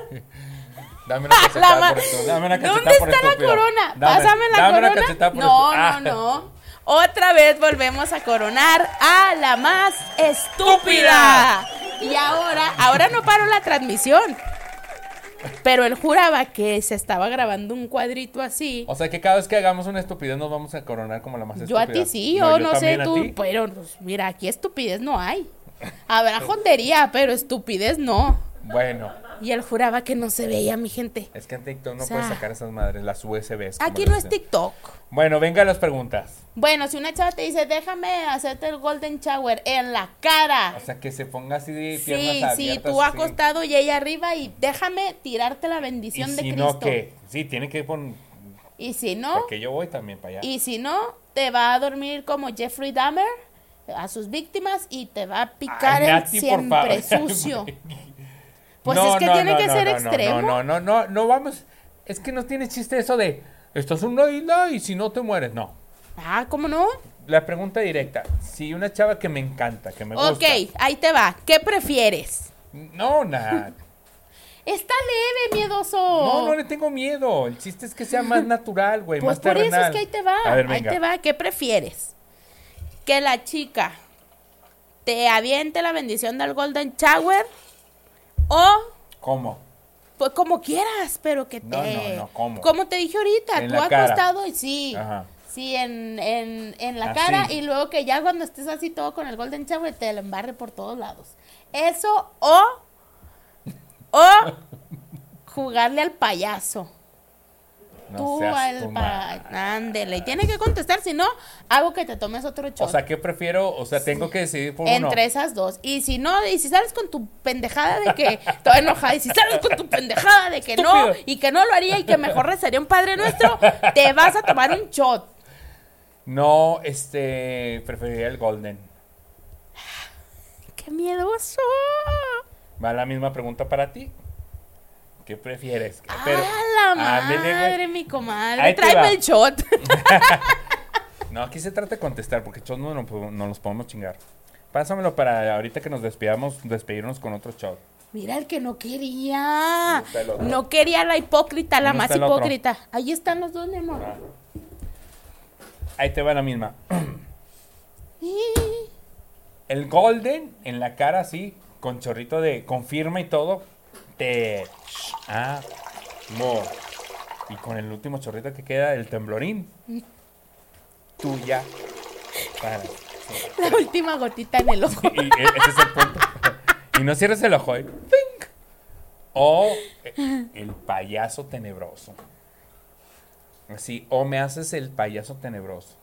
[SPEAKER 1] dame una
[SPEAKER 2] Ah, la
[SPEAKER 1] cachetada
[SPEAKER 2] ma-
[SPEAKER 1] por esto, dame una cachetada
[SPEAKER 2] ¿Dónde
[SPEAKER 1] por
[SPEAKER 2] está la
[SPEAKER 1] estúpido.
[SPEAKER 2] corona?
[SPEAKER 1] Dame-
[SPEAKER 2] Pásame la
[SPEAKER 1] dame una
[SPEAKER 2] corona.
[SPEAKER 1] cachetada por
[SPEAKER 2] no,
[SPEAKER 1] estu-
[SPEAKER 2] no,
[SPEAKER 1] Ah.
[SPEAKER 2] no. Otra vez volvemos a coronar a la más estúpida.
[SPEAKER 1] Estúpida.
[SPEAKER 2] Y ahora, ahora no paró la transmisión. Pero él juraba que se estaba grabando un cuadrito así.
[SPEAKER 1] O sea, que cada vez que hagamos una estupidez nos vamos a coronar como la más
[SPEAKER 2] Yo
[SPEAKER 1] estúpida.
[SPEAKER 2] a ti sí, yo no, sé
[SPEAKER 1] también a
[SPEAKER 2] tú,
[SPEAKER 1] ti.
[SPEAKER 2] pero pues, mira, aquí estupidez no hay. Habrá jotería, pero estupidez no.
[SPEAKER 1] Bueno,
[SPEAKER 2] Y él juraba que no se veía mi gente.
[SPEAKER 1] es que en TikTok no
[SPEAKER 2] O sea,
[SPEAKER 1] puedes sacar esas madres, las USBs. como
[SPEAKER 2] Aquí
[SPEAKER 1] les
[SPEAKER 2] no es
[SPEAKER 1] dicen.
[SPEAKER 2] TikTok.
[SPEAKER 1] Bueno, venga las preguntas.
[SPEAKER 2] Bueno, si una chava te dice, déjame hacerte el golden shower en la cara.
[SPEAKER 1] O sea, que se ponga así de piernas
[SPEAKER 2] Sí,
[SPEAKER 1] abiertas.
[SPEAKER 2] sí, tú
[SPEAKER 1] así.
[SPEAKER 2] acostado y ella arriba y déjame tirarte la
[SPEAKER 1] Y
[SPEAKER 2] bendición de
[SPEAKER 1] si
[SPEAKER 2] Cristo.
[SPEAKER 1] no, ¿qué? Sí, tiene que poner...
[SPEAKER 2] Y si no,
[SPEAKER 1] Porque yo voy también para allá.
[SPEAKER 2] y si no, te va a dormir como Jeffrey Dahmer a sus víctimas y te va a picar
[SPEAKER 1] Ay,
[SPEAKER 2] el
[SPEAKER 1] Nati, por
[SPEAKER 2] siempre
[SPEAKER 1] favor.
[SPEAKER 2] sucio. Pues
[SPEAKER 1] No,
[SPEAKER 2] es que
[SPEAKER 1] no,
[SPEAKER 2] tiene
[SPEAKER 1] no,
[SPEAKER 2] que
[SPEAKER 1] no,
[SPEAKER 2] ser
[SPEAKER 1] no, no,
[SPEAKER 2] extremo.
[SPEAKER 1] No, no, no, no, no vamos. Es que no tiene chiste eso de estás en una isla y si no te mueres. No.
[SPEAKER 2] Ah, ¿cómo no?
[SPEAKER 1] La pregunta directa. Si una chava que me encanta, que me gusta.
[SPEAKER 2] Ok, ahí te va. ¿Qué prefieres?
[SPEAKER 1] No, nada.
[SPEAKER 2] Está leve, miedoso.
[SPEAKER 1] No, no le tengo miedo. El chiste es que sea más natural, güey,
[SPEAKER 2] Pues
[SPEAKER 1] más
[SPEAKER 2] por eso es
[SPEAKER 1] terrenal.
[SPEAKER 2] que ahí te va.
[SPEAKER 1] A ver,
[SPEAKER 2] ahí
[SPEAKER 1] venga.
[SPEAKER 2] te va. ¿Qué prefieres? Que la chica te aviente la bendición del Golden Shower o
[SPEAKER 1] ¿Cómo?
[SPEAKER 2] pues como quieras, pero que te.
[SPEAKER 1] No, no, no, ¿cómo?
[SPEAKER 2] Como te dije ahorita,
[SPEAKER 1] En
[SPEAKER 2] tú
[SPEAKER 1] la cara.
[SPEAKER 2] acostado y sí.
[SPEAKER 1] Ajá. Ah,
[SPEAKER 2] Sí, en, en, en la
[SPEAKER 1] Así.
[SPEAKER 2] cara y luego que ya cuando estés así todo con el Golden Shower te la embarre por todos lados. Eso o. O jugarle al payaso
[SPEAKER 1] No
[SPEAKER 2] tú
[SPEAKER 1] seas
[SPEAKER 2] al
[SPEAKER 1] tu
[SPEAKER 2] pa-
[SPEAKER 1] madre.
[SPEAKER 2] ándele, tiene que contestar, si no, hago que te tomes otro shot.
[SPEAKER 1] O sea, ¿qué prefiero? O sea, tengo que decidir por uno.
[SPEAKER 2] entre esas dos. Y si no, y si sales con tu pendejada de que toda enojada, y si sales con tu pendejada de que no,
[SPEAKER 1] Estúpido.
[SPEAKER 2] y que no lo haría y que mejor rezaría un padre nuestro, te vas a tomar un shot.
[SPEAKER 1] No, este, preferiría el golden.
[SPEAKER 2] ¡Qué miedoso!
[SPEAKER 1] Va la misma pregunta para ti. ¿Qué prefieres? ¿Qué
[SPEAKER 2] ¡A
[SPEAKER 1] pero-
[SPEAKER 2] la
[SPEAKER 1] Ándele, güey.
[SPEAKER 2] madre, mi comadre!
[SPEAKER 1] Ahí te va.
[SPEAKER 2] Tráeme el shot.
[SPEAKER 1] No, aquí se trata de contestar, porque chos no, no, po- no los podemos chingar. Pásamelo para ahorita que nos despidamos, despedirnos con otro shot.
[SPEAKER 2] Mira el que no quería.
[SPEAKER 1] ¿Dónde está el otro?
[SPEAKER 2] No quería la hipócrita, la
[SPEAKER 1] ¿Dónde
[SPEAKER 2] más
[SPEAKER 1] está el otro?
[SPEAKER 2] hipócrita. Ahí están los dos, mi amor.
[SPEAKER 1] Ah. Ahí te va la misma. Ah.
[SPEAKER 2] Sí.
[SPEAKER 1] El golden en la cara así, con chorrito de confirma y todo, te amo. Y con el último chorrito que queda, el temblorín,
[SPEAKER 2] Mm.
[SPEAKER 1] tuya. Para.
[SPEAKER 2] La última gotita en el ojo.
[SPEAKER 1] Y e- ese es el punto. Y no cierres el ojo. ¿eh? Pink. O eh, el payaso tenebroso. Así, o me haces el payaso tenebroso.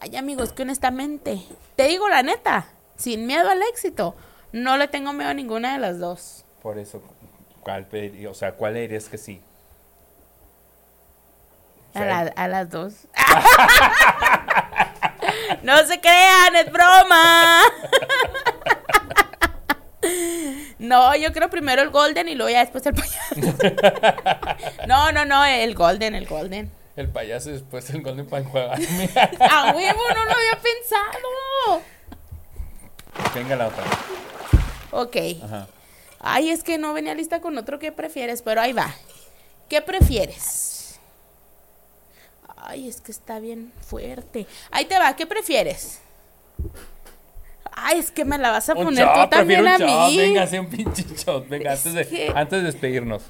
[SPEAKER 2] Ay, amigos, que honestamente, te digo la neta, sin miedo al éxito, no le tengo miedo a ninguna de las dos.
[SPEAKER 1] Por eso, ¿cuál pedi- o sea, cuál eres que sí? O
[SPEAKER 2] A,
[SPEAKER 1] sea,
[SPEAKER 2] la- a las dos. no se crean, es broma. no, yo creo primero el golden y luego ya después el payaso. no, no, no, el golden, el golden.
[SPEAKER 1] El payaso y después el golden para enjuagarme.
[SPEAKER 2] A huevo, no lo había pensado.
[SPEAKER 1] Venga la otra.
[SPEAKER 2] Ok.
[SPEAKER 1] Ajá.
[SPEAKER 2] Ay, es que no venía lista con otro que prefieres, pero ahí va. ¿Qué prefieres? Ay, es que está bien fuerte. Ahí te va, ¿qué prefieres? Ay, es que me la vas a
[SPEAKER 1] Un
[SPEAKER 2] poner tú
[SPEAKER 1] shot,
[SPEAKER 2] también
[SPEAKER 1] prefiero
[SPEAKER 2] a
[SPEAKER 1] un shot.
[SPEAKER 2] mí.
[SPEAKER 1] Venga, hace un pinche shot. Venga,
[SPEAKER 2] Es
[SPEAKER 1] antes de,
[SPEAKER 2] que-
[SPEAKER 1] antes de despedirnos.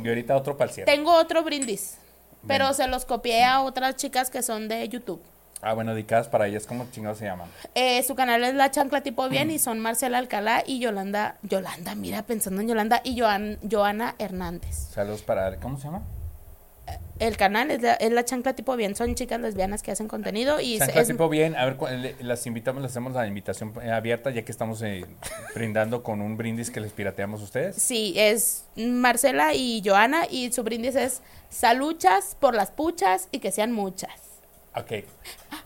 [SPEAKER 1] Y ahorita otro para el cierre.
[SPEAKER 2] Tengo otro brindis, pero
[SPEAKER 1] Venga.
[SPEAKER 2] se los copié a otras chicas que son de YouTube.
[SPEAKER 1] Ah, bueno, dedicadas para ellas, ¿cómo chingados se llaman?
[SPEAKER 2] Eh, su canal es La Chancla Tipo Bien y son Marcela Alcalá y Yolanda, Yolanda, mira, pensando en Yolanda, y Joan, Joana Hernández.
[SPEAKER 1] Saludos para. ¿Cómo se llama?
[SPEAKER 2] El canal es la, es la Chancla Tipo Bien, son chicas lesbianas que hacen contenido y
[SPEAKER 1] San
[SPEAKER 2] es,
[SPEAKER 1] tipo bien. A ver, cu- le- las invitamos, les hacemos la invitación eh, abierta, ya que estamos eh, brindando con un brindis que les pirateamos a ustedes.
[SPEAKER 2] Sí, es Marcela y Joana y su brindis es saluchas por las puchas y que sean muchas.
[SPEAKER 1] Ok.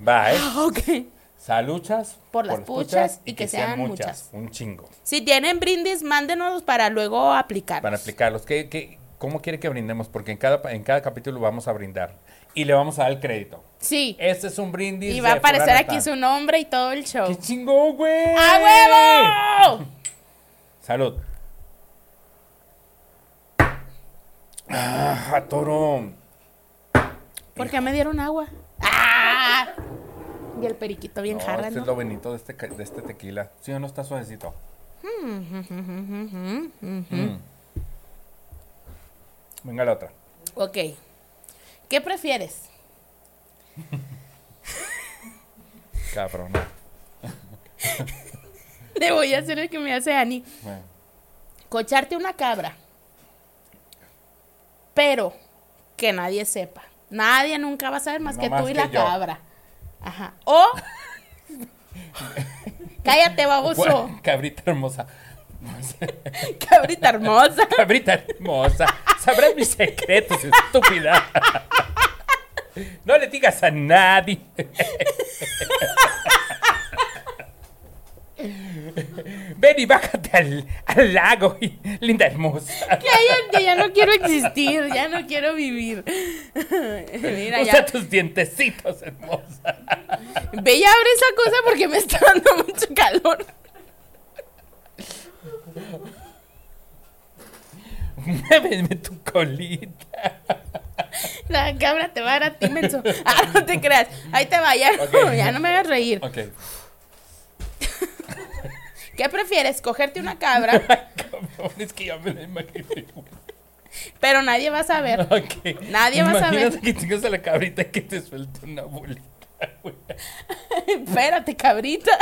[SPEAKER 1] Va, ¿eh?
[SPEAKER 2] Ok.
[SPEAKER 1] Saluchas.
[SPEAKER 2] Por las puchas y que sean muchas.
[SPEAKER 1] Un chingo.
[SPEAKER 2] Si tienen brindis, mándenos para luego aplicar.
[SPEAKER 1] Para aplicarlos. ¿Qué, qué, ¿Cómo quiere que brindemos? Porque en cada, pa- en cada capítulo vamos a brindar. Y le vamos a dar el crédito.
[SPEAKER 2] Sí.
[SPEAKER 1] Este es un brindis.
[SPEAKER 2] Y va a
[SPEAKER 1] de
[SPEAKER 2] aparecer
[SPEAKER 1] fulana
[SPEAKER 2] aquí
[SPEAKER 1] tal.
[SPEAKER 2] su nombre y todo el show.
[SPEAKER 1] ¡Qué chingón, güey!
[SPEAKER 2] ¡A huevo!
[SPEAKER 1] Salud. Ah, toro.
[SPEAKER 2] ¿Por qué me dieron agua? ¡Ah! Y el periquito bien
[SPEAKER 1] No,
[SPEAKER 2] jarra,
[SPEAKER 1] este
[SPEAKER 2] ¿no?
[SPEAKER 1] es lo bonito de este, ca- de este tequila. ¿Sí o no está suavecito? Mm. Venga la otra.
[SPEAKER 2] Ok. ¿Qué prefieres?
[SPEAKER 1] Cabrón.
[SPEAKER 2] Le voy a hacer el que me hace Ani.
[SPEAKER 1] Bueno.
[SPEAKER 2] cocharte una cabra, pero que nadie sepa. Nadie nunca va a saber más
[SPEAKER 1] No
[SPEAKER 2] que
[SPEAKER 1] más
[SPEAKER 2] tú y
[SPEAKER 1] que
[SPEAKER 2] la
[SPEAKER 1] yo.
[SPEAKER 2] cabra. Ajá. O. Cállate, baboso.
[SPEAKER 1] Bueno, Cabrita hermosa. Pues,
[SPEAKER 2] Cabrita hermosa.
[SPEAKER 1] Cabrita hermosa. Sabrás mis secretos, estúpida. No le digas a nadie. Ven y bájate al, al lago, y- linda hermosa.
[SPEAKER 2] Cállate, ya no quiero existir, ya no quiero vivir. Mira,
[SPEAKER 1] Usa
[SPEAKER 2] ya.
[SPEAKER 1] tus dientecitos, hermosa.
[SPEAKER 2] Ve y abre esa cosa porque me está dando mucho calor.
[SPEAKER 1] Muéveme tu colita.
[SPEAKER 2] La cabra te va a dar a ti, menso. Ah, no te creas. Ahí te va, ya no,
[SPEAKER 1] Ok.
[SPEAKER 2] ya no me hagas reír.
[SPEAKER 1] Ok.
[SPEAKER 2] ¿Qué prefieres? ¿Cogerte una cabra?
[SPEAKER 1] Cabrón, es que ya me la imaginé.
[SPEAKER 2] Pero nadie va a saber.
[SPEAKER 1] Ok.
[SPEAKER 2] Er, Nadie va a saber.
[SPEAKER 1] Imagínate que tengas a la cabrita y que te suelte una bolita, güey.
[SPEAKER 2] Espérate, cabrita.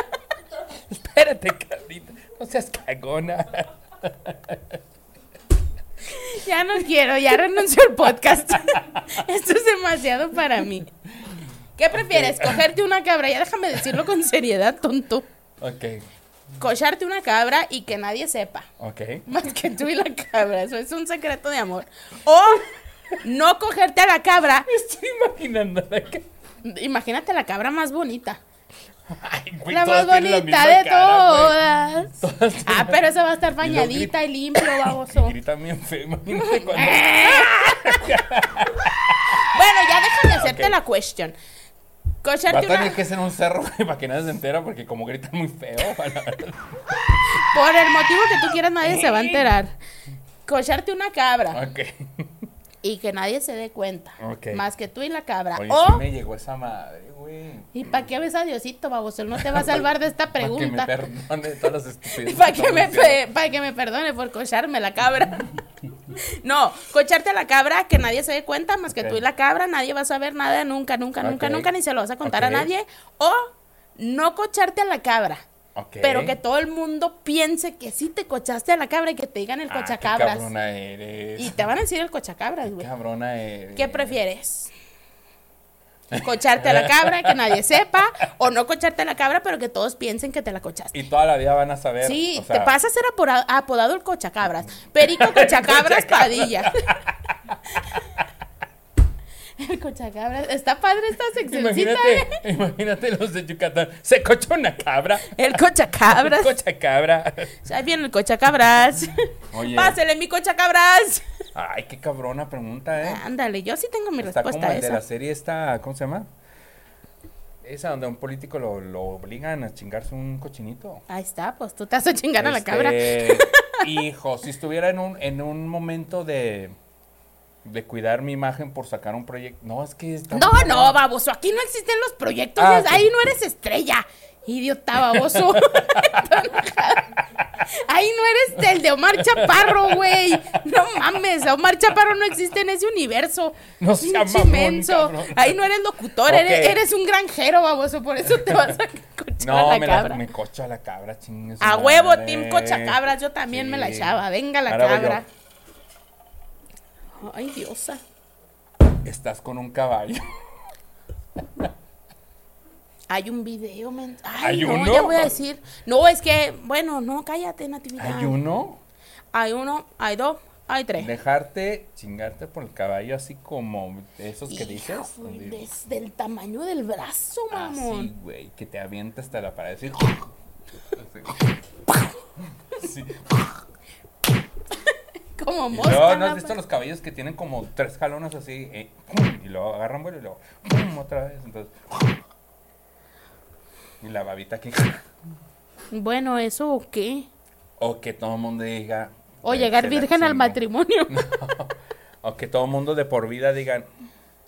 [SPEAKER 1] Espérate, cabrita. No seas cagona.
[SPEAKER 2] Ya no quiero, ya renuncio al podcast. Esto es demasiado para mí. ¿Qué prefieres? ¿Cogerte una cabra? Ya déjame decirlo con seriedad, tonto.
[SPEAKER 1] Ok,
[SPEAKER 2] Cocharte una cabra y que nadie sepa.
[SPEAKER 1] ok.
[SPEAKER 2] Más que tú y la cabra. Eso es un secreto de amor. O no cogerte a la cabra.
[SPEAKER 1] Me estoy imaginando la ca-
[SPEAKER 2] Imagínate la cabra más bonita.
[SPEAKER 1] Ay, güey,
[SPEAKER 2] La
[SPEAKER 1] todas
[SPEAKER 2] más
[SPEAKER 1] tienen la
[SPEAKER 2] bonita
[SPEAKER 1] misma
[SPEAKER 2] de
[SPEAKER 1] cara,
[SPEAKER 2] todas.
[SPEAKER 1] güey. Todas
[SPEAKER 2] Ah,
[SPEAKER 1] tienen-
[SPEAKER 2] pero esa va a estar
[SPEAKER 1] luego
[SPEAKER 2] bañadita y limpio,
[SPEAKER 1] Que
[SPEAKER 2] baboso.
[SPEAKER 1] gritan bien feo. Imagínate cuando. Ah,
[SPEAKER 2] Bueno, ya déjame hacerte la cuestión.
[SPEAKER 1] Va a
[SPEAKER 2] cocharte
[SPEAKER 1] tener
[SPEAKER 2] una...
[SPEAKER 1] que ser un cerro güey, para que nadie se entera porque como grita muy feo. la verdad.
[SPEAKER 2] Por el motivo que tú quieras, nadie se va a enterar. Cocharte una cabra
[SPEAKER 1] Ok.
[SPEAKER 2] y que nadie se dé cuenta.
[SPEAKER 1] Ah. Ok.
[SPEAKER 2] Más que tú y la cabra.
[SPEAKER 1] Oye,
[SPEAKER 2] o,
[SPEAKER 1] sí me llegó esa madre, güey.
[SPEAKER 2] ¿y para qué ves a Diosito, baboso? Él no te va a salvar de esta pregunta.
[SPEAKER 1] Para que me perdone todas las estupideces.
[SPEAKER 2] Para que, me,
[SPEAKER 1] estamos diciendo.
[SPEAKER 2] pe- pa' que me perdone por cocharme la cabra. No, cocharte a la cabra que nadie se dé cuenta más que
[SPEAKER 1] Ok.
[SPEAKER 2] tú y la cabra. Nadie va a saber nada nunca, nunca, nunca,
[SPEAKER 1] Ok.
[SPEAKER 2] nunca, ni se lo vas a contar
[SPEAKER 1] Ok.
[SPEAKER 2] a nadie. O no cocharte a la cabra.
[SPEAKER 1] Ok.
[SPEAKER 2] Pero que todo el mundo piense que sí te cochaste a la cabra y que te digan el
[SPEAKER 1] Ah, qué
[SPEAKER 2] cochacabras.
[SPEAKER 1] cabrona eres.
[SPEAKER 2] Y te van a decir el cochacabras, güey.
[SPEAKER 1] Cabrona eres.
[SPEAKER 2] ¿Qué prefieres? ¿Cocharte a la cabra que nadie sepa? ¿O no cocharte a la cabra pero que todos piensen que te la cochaste?
[SPEAKER 1] Y toda la vida van a saber.
[SPEAKER 2] Sí,
[SPEAKER 1] o sea,
[SPEAKER 2] te pasa a ser apora- apodado, el cochacabras. Perico cochacabras Padilla. el cochacabras. Está padre esta seccioncita,
[SPEAKER 1] Imagínate,
[SPEAKER 2] ¿eh?
[SPEAKER 1] imagínate los de Yucatán. Se cochó una cabra.
[SPEAKER 2] El cochacabras.
[SPEAKER 1] Cocha cabra.
[SPEAKER 2] Ahí viene el cochacabras.
[SPEAKER 1] Oye.
[SPEAKER 2] Pásele mi cochacabras.
[SPEAKER 1] Ay, qué cabrona pregunta, ¿eh?
[SPEAKER 2] Ándale, yo sí tengo Ah, mi
[SPEAKER 1] Está como
[SPEAKER 2] respuesta a
[SPEAKER 1] el de la
[SPEAKER 2] esa.
[SPEAKER 1] serie esta, ¿cómo se llama? Esa donde a un político lo, lo obligan a chingarse un cochinito.
[SPEAKER 2] Ahí está, pues tú te vas a chingar a la cabra.
[SPEAKER 1] Este, Hijo, si estuviera en un, en un momento de, de cuidar mi imagen por sacar un proyecto. No, es que está-
[SPEAKER 2] No, no, baboso, aquí no existen los proyectos,
[SPEAKER 1] Ah,
[SPEAKER 2] es-
[SPEAKER 1] ok.
[SPEAKER 2] ahí no eres estrella, idiota baboso. ahí no eres el de Omar Chaparro, güey. No mames, Omar Chaparro no existe en ese universo.
[SPEAKER 1] No sea
[SPEAKER 2] Pinche
[SPEAKER 1] mamón,
[SPEAKER 2] menso.
[SPEAKER 1] cabrón.
[SPEAKER 2] Ahí no eres locutor,
[SPEAKER 1] Ok.
[SPEAKER 2] eres, eres un granjero, baboso, por eso te vas a cochar
[SPEAKER 1] No,
[SPEAKER 2] la
[SPEAKER 1] me,
[SPEAKER 2] cabra.
[SPEAKER 1] la, me cocho a la cabra, chingue su
[SPEAKER 2] A huevo,
[SPEAKER 1] madre.
[SPEAKER 2] Team Cochacabras, yo también me la
[SPEAKER 1] Sí.
[SPEAKER 2] echaba. Venga la
[SPEAKER 1] Ahora voy
[SPEAKER 2] cabra.
[SPEAKER 1] yo.
[SPEAKER 2] Ay, diosa.
[SPEAKER 1] Estás con un caballo.
[SPEAKER 2] Hay un video, men. Ay,
[SPEAKER 1] ¿Hay
[SPEAKER 2] no,
[SPEAKER 1] uno?
[SPEAKER 2] ya voy a decir. No, es que, bueno, no, cállate, Natividad.
[SPEAKER 1] Hay uno.
[SPEAKER 2] Hay uno, hay dos, hay tres.
[SPEAKER 1] Dejarte chingarte por el caballo, así como esos que
[SPEAKER 2] Hija,
[SPEAKER 1] dices. Ah,
[SPEAKER 2] güey,
[SPEAKER 1] donde-
[SPEAKER 2] desde el tamaño del brazo,
[SPEAKER 1] Así,
[SPEAKER 2] mamón.
[SPEAKER 1] güey, que te avienta hasta la pared. así. Sí.
[SPEAKER 2] Como
[SPEAKER 1] Y
[SPEAKER 2] mosca.
[SPEAKER 1] luego, ¿no has
[SPEAKER 2] la-
[SPEAKER 1] visto los caballos que tienen como tres jalones así? eh, pum, y luego agarran vuelo y luego pum, otra vez. Entonces. Y la babita aquí.
[SPEAKER 2] Bueno, ¿eso o qué?
[SPEAKER 1] O que todo el mundo diga.
[SPEAKER 2] O
[SPEAKER 1] "Güey,
[SPEAKER 2] llegar
[SPEAKER 1] se la
[SPEAKER 2] virgen al
[SPEAKER 1] chingo".
[SPEAKER 2] matrimonio.
[SPEAKER 1] O que todo el mundo de por vida digan.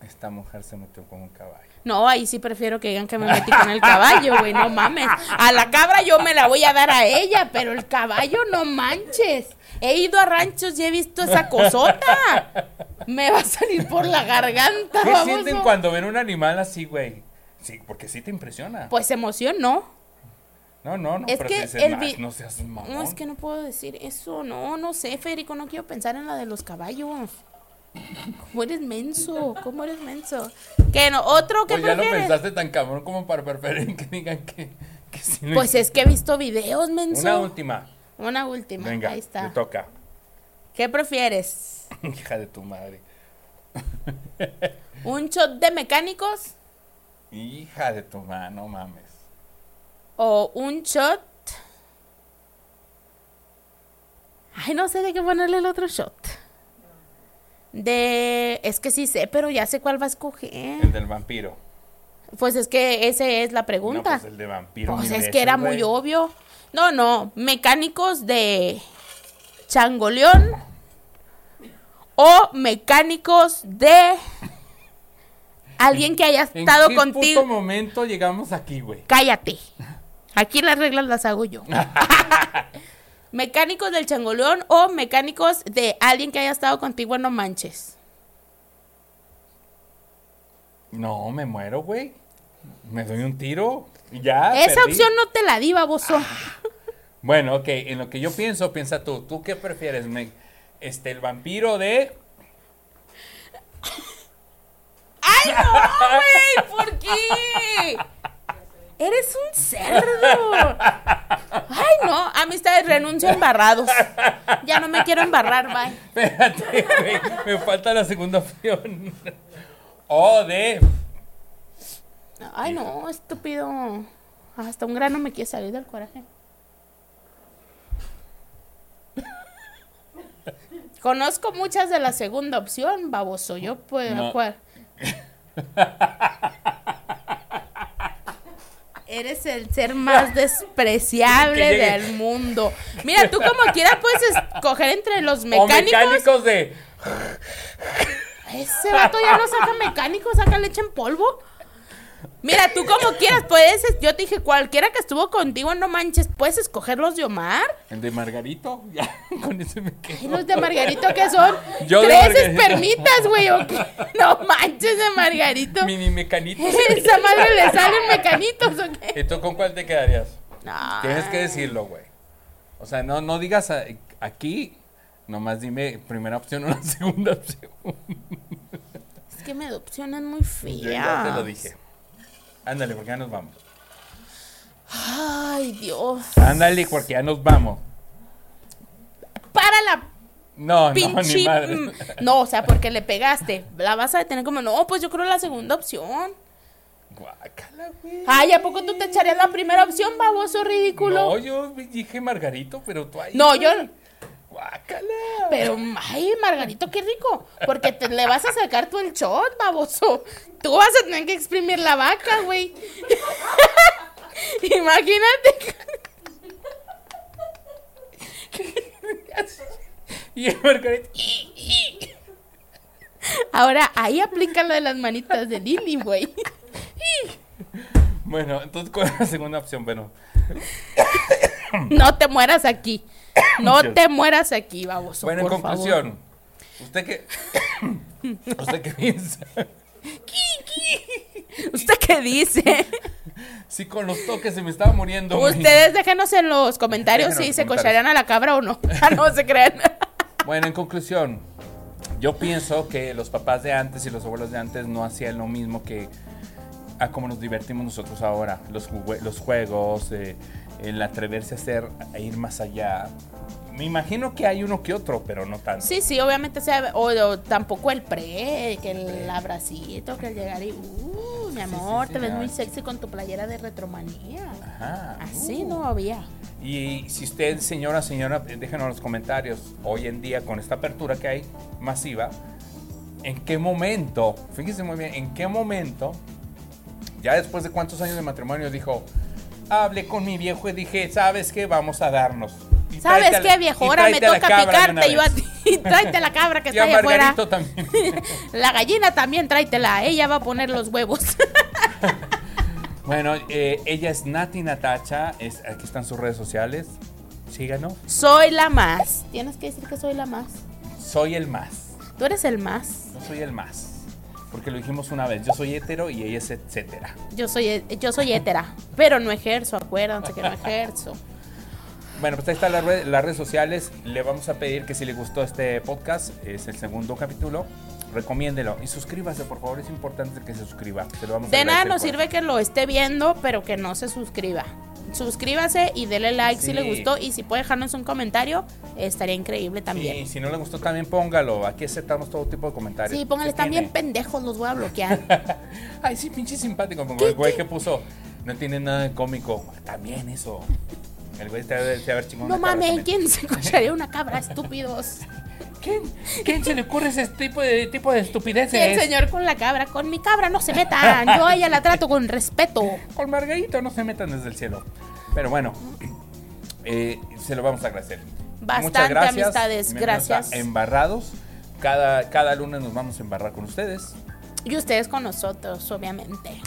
[SPEAKER 1] Esta mujer se metió con un caballo.
[SPEAKER 2] No, ahí sí prefiero que digan que me metí con el caballo, güey, no mames. A la cabra yo me la voy a dar a ella, pero el caballo no manches. He ido a ranchos y he visto esa cosota. Me va a salir por la garganta,
[SPEAKER 1] ¿Qué
[SPEAKER 2] vamos.
[SPEAKER 1] sienten cuando ven un animal así, güey? Sí, porque sí te impresiona.
[SPEAKER 2] Pues emoción, ¿no?
[SPEAKER 1] No, no, no,
[SPEAKER 2] Es
[SPEAKER 1] pero
[SPEAKER 2] que
[SPEAKER 1] si dices,
[SPEAKER 2] el
[SPEAKER 1] "Nah,
[SPEAKER 2] vi-
[SPEAKER 1] no seas un mamón.
[SPEAKER 2] No, es que no puedo decir eso, no, no sé, Federico, no quiero pensar en la de los caballos. ¿Cómo eres menso? ¿Cómo eres menso? ¿Qué no? ¿Otro que
[SPEAKER 1] Pues ya lo
[SPEAKER 2] prefieres?
[SPEAKER 1] pensaste tan cabrón como para preferir que digan que, que sí lo
[SPEAKER 2] pues
[SPEAKER 1] hiciste.
[SPEAKER 2] es que he visto videos, menso.
[SPEAKER 1] Una última.
[SPEAKER 2] Una última,
[SPEAKER 1] Venga,
[SPEAKER 2] ahí
[SPEAKER 1] te
[SPEAKER 2] está.
[SPEAKER 1] toca.
[SPEAKER 2] ¿Qué prefieres?
[SPEAKER 1] Hija de tu madre.
[SPEAKER 2] ¿Un shot de mecánicos
[SPEAKER 1] Hija de tu madre, no mames.
[SPEAKER 2] o un shot? Ay, no sé de qué ponerle el otro shot. De. Es que sí sé, pero ya sé cuál va a
[SPEAKER 1] El
[SPEAKER 2] escoger.
[SPEAKER 1] del vampiro.
[SPEAKER 2] Pues es que esa es la
[SPEAKER 1] No,
[SPEAKER 2] pregunta.
[SPEAKER 1] pues el de vampiro.
[SPEAKER 2] Pues
[SPEAKER 1] mil
[SPEAKER 2] es
[SPEAKER 1] veces,
[SPEAKER 2] que era
[SPEAKER 1] güey.
[SPEAKER 2] muy obvio. No, no. Mecánicos de Changoleón o mecánicos de alguien que haya
[SPEAKER 1] ¿En
[SPEAKER 2] estado
[SPEAKER 1] qué
[SPEAKER 2] contigo.
[SPEAKER 1] puto momento llegamos aquí, güey?
[SPEAKER 2] Cállate. Aquí las reglas las hago yo. mecánicos del changoleón o mecánicos de alguien que haya estado contigo en No Manches.
[SPEAKER 1] No, me muero, güey. Me doy un tiro. y Ya.
[SPEAKER 2] Esa
[SPEAKER 1] Ah, perdí.
[SPEAKER 2] opción no te la di, baboso.
[SPEAKER 1] Bueno, ok, en lo que yo pienso, piensa tú. ¿Tú qué prefieres? Me- este, el vampiro de.
[SPEAKER 2] ¡Ay, no, güey! ¿Por qué? Eres un cerdo. Ay, no. Amistades, renuncio a embarrados. Ya no me quiero embarrar, bye.
[SPEAKER 1] Espérate, güey. Me falta la segunda opción. O de.
[SPEAKER 2] Ay, no, estúpido. Hasta un grano me quiere salir del coraje. Conozco muchas de la segunda opción, baboso. Yo puedo.
[SPEAKER 1] No.
[SPEAKER 2] ¿cuál? Eres el ser más despreciable
[SPEAKER 1] Que llegue.
[SPEAKER 2] del mundo. Mira, tú como quieras puedes escoger entre los
[SPEAKER 1] O
[SPEAKER 2] mecánicos.
[SPEAKER 1] mecánicos de.
[SPEAKER 2] Ese vato ya no saca mecánico, saca leche en polvo. Mira, tú como quieras puedes. es- Yo te dije, cualquiera que estuvo contigo, no manches, puedes escoger los de Omar.
[SPEAKER 1] El de Margarito. Ya, con ese me
[SPEAKER 2] Y
[SPEAKER 1] quedo.
[SPEAKER 2] los de Margarito que son
[SPEAKER 1] Yo de
[SPEAKER 2] tres
[SPEAKER 1] Margarito.
[SPEAKER 2] espermitas, güey. ¿o qué? No manches de Margarito.
[SPEAKER 1] Mini mecanito.
[SPEAKER 2] Esa madre le salen mecanitos, ¿o qué?
[SPEAKER 1] ¿Y tú con cuál te quedarías?
[SPEAKER 2] No.
[SPEAKER 1] Tienes que decirlo, güey. O sea, no, no digas a- aquí, nomás dime primera opción o la segunda opción.
[SPEAKER 2] Es que me adopcionan muy
[SPEAKER 1] Yo
[SPEAKER 2] fea.
[SPEAKER 1] ya te lo dije. Ándale, porque ya nos vamos.
[SPEAKER 2] Ay, Dios.
[SPEAKER 1] Ándale, porque ya nos vamos.
[SPEAKER 2] Para la
[SPEAKER 1] No, no, ni
[SPEAKER 2] pinche.
[SPEAKER 1] madre.
[SPEAKER 2] mm, No, o sea, porque le pegaste. La vas a detener como, no, pues yo creo la segunda opción.
[SPEAKER 1] Guácala, güey.
[SPEAKER 2] Ay, ¿a poco tú te echarías la primera opción, baboso
[SPEAKER 1] No,
[SPEAKER 2] ridículo?
[SPEAKER 1] yo dije Margarito, pero tú ahí.
[SPEAKER 2] No, yo.
[SPEAKER 1] Guácala.
[SPEAKER 2] Pero, ay, Margarito, qué rico. Porque te, le vas a sacar tú el shot, baboso. Tú vas a tener que exprimir la vaca, güey. Imagínate.
[SPEAKER 1] Y el Margarito.
[SPEAKER 2] Ahora, ahí aplica lo de las manitas de Lili, güey.
[SPEAKER 1] Bueno, entonces, ¿cuál es la segunda opción? Bueno,
[SPEAKER 2] No te mueras aquí. No
[SPEAKER 1] Dios.
[SPEAKER 2] te mueras aquí, baboso.
[SPEAKER 1] bueno en
[SPEAKER 2] por favor.
[SPEAKER 1] conclusión, ¿usted qué. ¿Usted qué piensa?
[SPEAKER 2] ¿Usted qué dice?
[SPEAKER 1] Sí, con los toques se me estaba muriendo. güey.
[SPEAKER 2] Ustedes déjenos en los comentarios
[SPEAKER 1] Déjenos en los
[SPEAKER 2] si se
[SPEAKER 1] comentarios.
[SPEAKER 2] cocharían a la cabra o no. Ah, no se crean.
[SPEAKER 1] Bueno, en conclusión, yo pienso que los papás de antes y los abuelos de antes no hacían lo mismo que a cómo nos divertimos nosotros ahora. Los, jugue- los juegos, eh, el atreverse a hacer, a ir más allá. Me imagino que hay uno que otro, pero no tanto.
[SPEAKER 2] Sí, sí, obviamente sea, o, o tampoco el pre, que el abracito, que el llegar y, uh, mi amor,
[SPEAKER 1] sí,
[SPEAKER 2] te ves
[SPEAKER 1] ay.
[SPEAKER 2] muy sexy con tu playera de retromanía.
[SPEAKER 1] Ajá.
[SPEAKER 2] Así
[SPEAKER 1] uh.
[SPEAKER 2] no había.
[SPEAKER 1] Y si usted, señora, señora, eh, déjenos en los comentarios, hoy en día con esta apertura que hay masiva, ¿en qué momento, fíjense muy bien, en qué momento, ya después de cuántos años de matrimonio, dijo, hablé con mi viejo y dije, ¿sabes qué? Vamos a darnos. Y
[SPEAKER 2] ¿Sabes
[SPEAKER 1] tráete a la-
[SPEAKER 2] qué, viejo?
[SPEAKER 1] y
[SPEAKER 2] Ahora me
[SPEAKER 1] tráete a la
[SPEAKER 2] toca
[SPEAKER 1] cabra de una
[SPEAKER 2] picarte yo a
[SPEAKER 1] vez".
[SPEAKER 2] ti. Tráete a la cabra que
[SPEAKER 1] Y a
[SPEAKER 2] está ahí afuera.
[SPEAKER 1] Margarito también.
[SPEAKER 2] La gallina también, tráetela. Ella va a poner los huevos.
[SPEAKER 1] bueno, eh, ella es Nati Natacha, es, aquí están sus redes sociales, síganos.
[SPEAKER 2] soy la más. Tienes que decir que soy la más.
[SPEAKER 1] Soy el más.
[SPEAKER 2] Tú eres el más.
[SPEAKER 1] No soy el más. Porque lo dijimos una vez, yo soy hetero y ella es etcétera.
[SPEAKER 2] Yo soy, yo soy hétera, pero no ejerzo, acuérdense que no ejerzo.
[SPEAKER 1] Bueno, pues ahí están las, red- las redes sociales. Le vamos a pedir que si le gustó este podcast, es el segundo capítulo, recomiéndelo y suscríbase, por favor. Es importante que se suscriba. Se lo vamos a
[SPEAKER 2] De nada
[SPEAKER 1] agradecer
[SPEAKER 2] nos
[SPEAKER 1] por-
[SPEAKER 2] sirve que lo esté viendo, pero que no se suscriba. Suscríbase y dele like
[SPEAKER 1] Sí.
[SPEAKER 2] si le gustó y si puede dejarnos un comentario, estaría increíble
[SPEAKER 1] Y
[SPEAKER 2] también.
[SPEAKER 1] si no le gustó, también póngalo. Aquí aceptamos todo tipo de comentarios.
[SPEAKER 2] Sí, pónganle,
[SPEAKER 1] ¿Qué
[SPEAKER 2] están bien
[SPEAKER 1] tiene?
[SPEAKER 2] pendejos, los voy a bloquear.
[SPEAKER 1] Ay, sí, pinche simpático. Como el güey que puso, no tiene nada de cómico. También eso. El güey se va a ver- se va a ver chingón.
[SPEAKER 2] No
[SPEAKER 1] una cabra
[SPEAKER 2] mames,
[SPEAKER 1] también.
[SPEAKER 2] ¿quién se cocharía una cabra, estúpidos?
[SPEAKER 1] ¿Quién, quién se le ocurre ese tipo de, tipo de estupideces?
[SPEAKER 2] Sí, el señor con la cabra, con mi cabra no se metan, yo a ella la trato con respeto.
[SPEAKER 1] Con Margarito no se metan desde el cielo. Pero bueno, eh, se lo vamos a agradecer.
[SPEAKER 2] Bastante, amistades,
[SPEAKER 1] Bienvenidos
[SPEAKER 2] gracias.
[SPEAKER 1] a Embarrados. Cada, cada lunes nos vamos a embarrar con ustedes.
[SPEAKER 2] Y ustedes con nosotros, obviamente.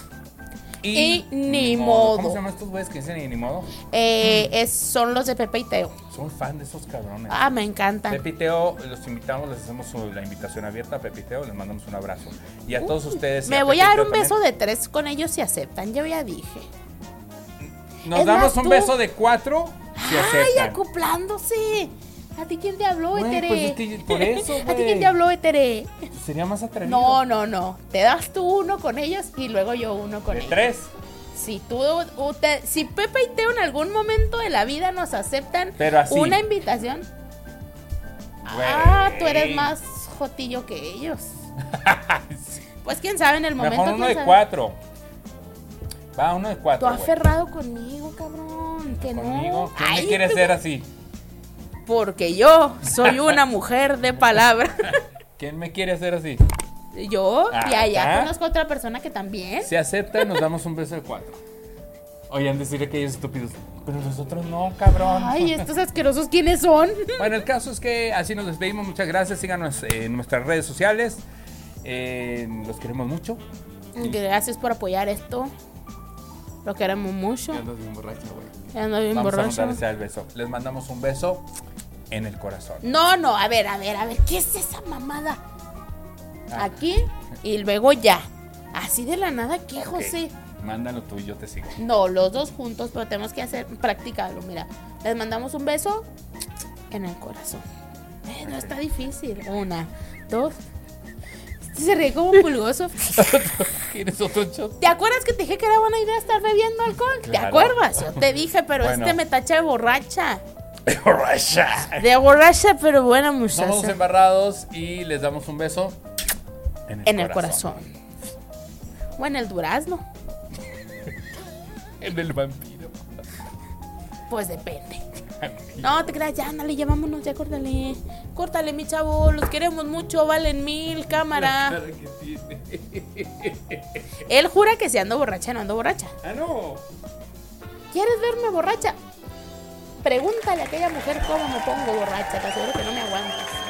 [SPEAKER 2] Y ni
[SPEAKER 1] ¿Cómo
[SPEAKER 2] modo.
[SPEAKER 1] se llaman estos güeyes que dicen y ni modo?
[SPEAKER 2] Eh,
[SPEAKER 1] Mm.
[SPEAKER 2] es, son los de Pepe y Teo.
[SPEAKER 1] Soy fan de esos cabrones.
[SPEAKER 2] Ah, me encantan.
[SPEAKER 1] Pepiteo, los invitamos, les hacemos su- la invitación abierta a Pepiteo, les mandamos un abrazo. Y a todos ustedes. y
[SPEAKER 2] Uh, Me voy a dar
[SPEAKER 1] Pepiteo
[SPEAKER 2] un beso
[SPEAKER 1] también.
[SPEAKER 2] de tres con ellos si aceptan, yo ya dije.
[SPEAKER 1] Nos
[SPEAKER 2] Es
[SPEAKER 1] damos
[SPEAKER 2] más,
[SPEAKER 1] un
[SPEAKER 2] tú.
[SPEAKER 1] beso de cuatro si
[SPEAKER 2] ¡Ay,
[SPEAKER 1] aceptan.
[SPEAKER 2] acoplándose! ¿A ti quién te habló,
[SPEAKER 1] Güey,
[SPEAKER 2] Etere?
[SPEAKER 1] pues es que yo- por eso,
[SPEAKER 2] ¿A ti
[SPEAKER 1] güey.
[SPEAKER 2] quién te habló, Etere?
[SPEAKER 1] Sería más atrevido.
[SPEAKER 2] No, no, no. Te das tú uno con ellos y luego yo uno con
[SPEAKER 1] De
[SPEAKER 2] ellos.
[SPEAKER 1] tres.
[SPEAKER 2] Si tú, u- te- si Pepe y Teo en algún momento de la vida nos aceptan
[SPEAKER 1] Pero así.
[SPEAKER 2] una invitación.
[SPEAKER 1] Güey.
[SPEAKER 2] Ah, tú eres más jotillo que ellos. Pues quién sabe en el momento.
[SPEAKER 1] Mejor uno
[SPEAKER 2] quién
[SPEAKER 1] de
[SPEAKER 2] sabe.
[SPEAKER 1] cuatro. Va, uno de
[SPEAKER 2] Tú
[SPEAKER 1] cuatro. güey.
[SPEAKER 2] aferrado conmigo, cabrón. Que
[SPEAKER 1] Conmigo.
[SPEAKER 2] no.
[SPEAKER 1] ¿Quién me
[SPEAKER 2] Ay, pues
[SPEAKER 1] quiere
[SPEAKER 2] tú-
[SPEAKER 1] ser así?
[SPEAKER 2] Porque yo soy una mujer de palabra.
[SPEAKER 1] ¿Quién me quiere hacer así?
[SPEAKER 2] Yo y allá
[SPEAKER 1] Ajá.
[SPEAKER 2] conozco a otra persona que también.
[SPEAKER 1] Si acepta, nos damos un beso de cuatro. Oigan, decirle que ellos estúpidos. Pero nosotros no, cabrón.
[SPEAKER 2] Ay, estos asquerosos, ¿quiénes son?
[SPEAKER 1] Bueno, el caso es que así nos despedimos. Muchas gracias. Síganos en nuestras redes sociales. Eh, los queremos mucho.
[SPEAKER 2] Gracias por apoyar esto. Lo queremos mucho.
[SPEAKER 1] Ya andas bien borracha, güey.
[SPEAKER 2] Ya ando bien
[SPEAKER 1] Vamos
[SPEAKER 2] borracho.
[SPEAKER 1] a mandarles el beso. Les mandamos un beso en el corazón.
[SPEAKER 2] No, no, a ver, a ver, a ver, ¿qué es esa mamada?
[SPEAKER 1] Ah.
[SPEAKER 2] Aquí y luego ya. Así de la nada, ¿qué,
[SPEAKER 1] Ok.
[SPEAKER 2] José?
[SPEAKER 1] Mándalo tú y yo te sigo.
[SPEAKER 2] No, los dos juntos, pero tenemos que hacer, practicarlo, mira. Les mandamos un beso en el corazón. Eh, no está difícil. Una, dos. Este Se ríe como pulgoso.
[SPEAKER 1] ¿Quieres otro shot?
[SPEAKER 2] ¿Te acuerdas que te dije que era buena idea estar bebiendo alcohol? ¿Te
[SPEAKER 1] Claro.
[SPEAKER 2] acuerdas? Yo te dije, pero
[SPEAKER 1] Bueno.
[SPEAKER 2] este me tacha de borracha.
[SPEAKER 1] Borracha.
[SPEAKER 2] De borracha, pero buena
[SPEAKER 1] Nos vamos
[SPEAKER 2] muchacha.
[SPEAKER 1] embarrados y les damos un beso en el,
[SPEAKER 2] En el corazón. O en el durazno.
[SPEAKER 1] En el vampiro.
[SPEAKER 2] Pues depende. No, te creas, ya, ándale, ya vámonos, ya córtale. Córtale, mi chavo, los queremos mucho, valen mil, cámara.
[SPEAKER 1] que tiene.
[SPEAKER 2] Él jura que si ando borracha, no ando borracha.
[SPEAKER 1] Ah, no.
[SPEAKER 2] ¿Quieres verme borracha? Pregúntale a aquella mujer cómo me pongo borracha, te aseguro que no me aguantas.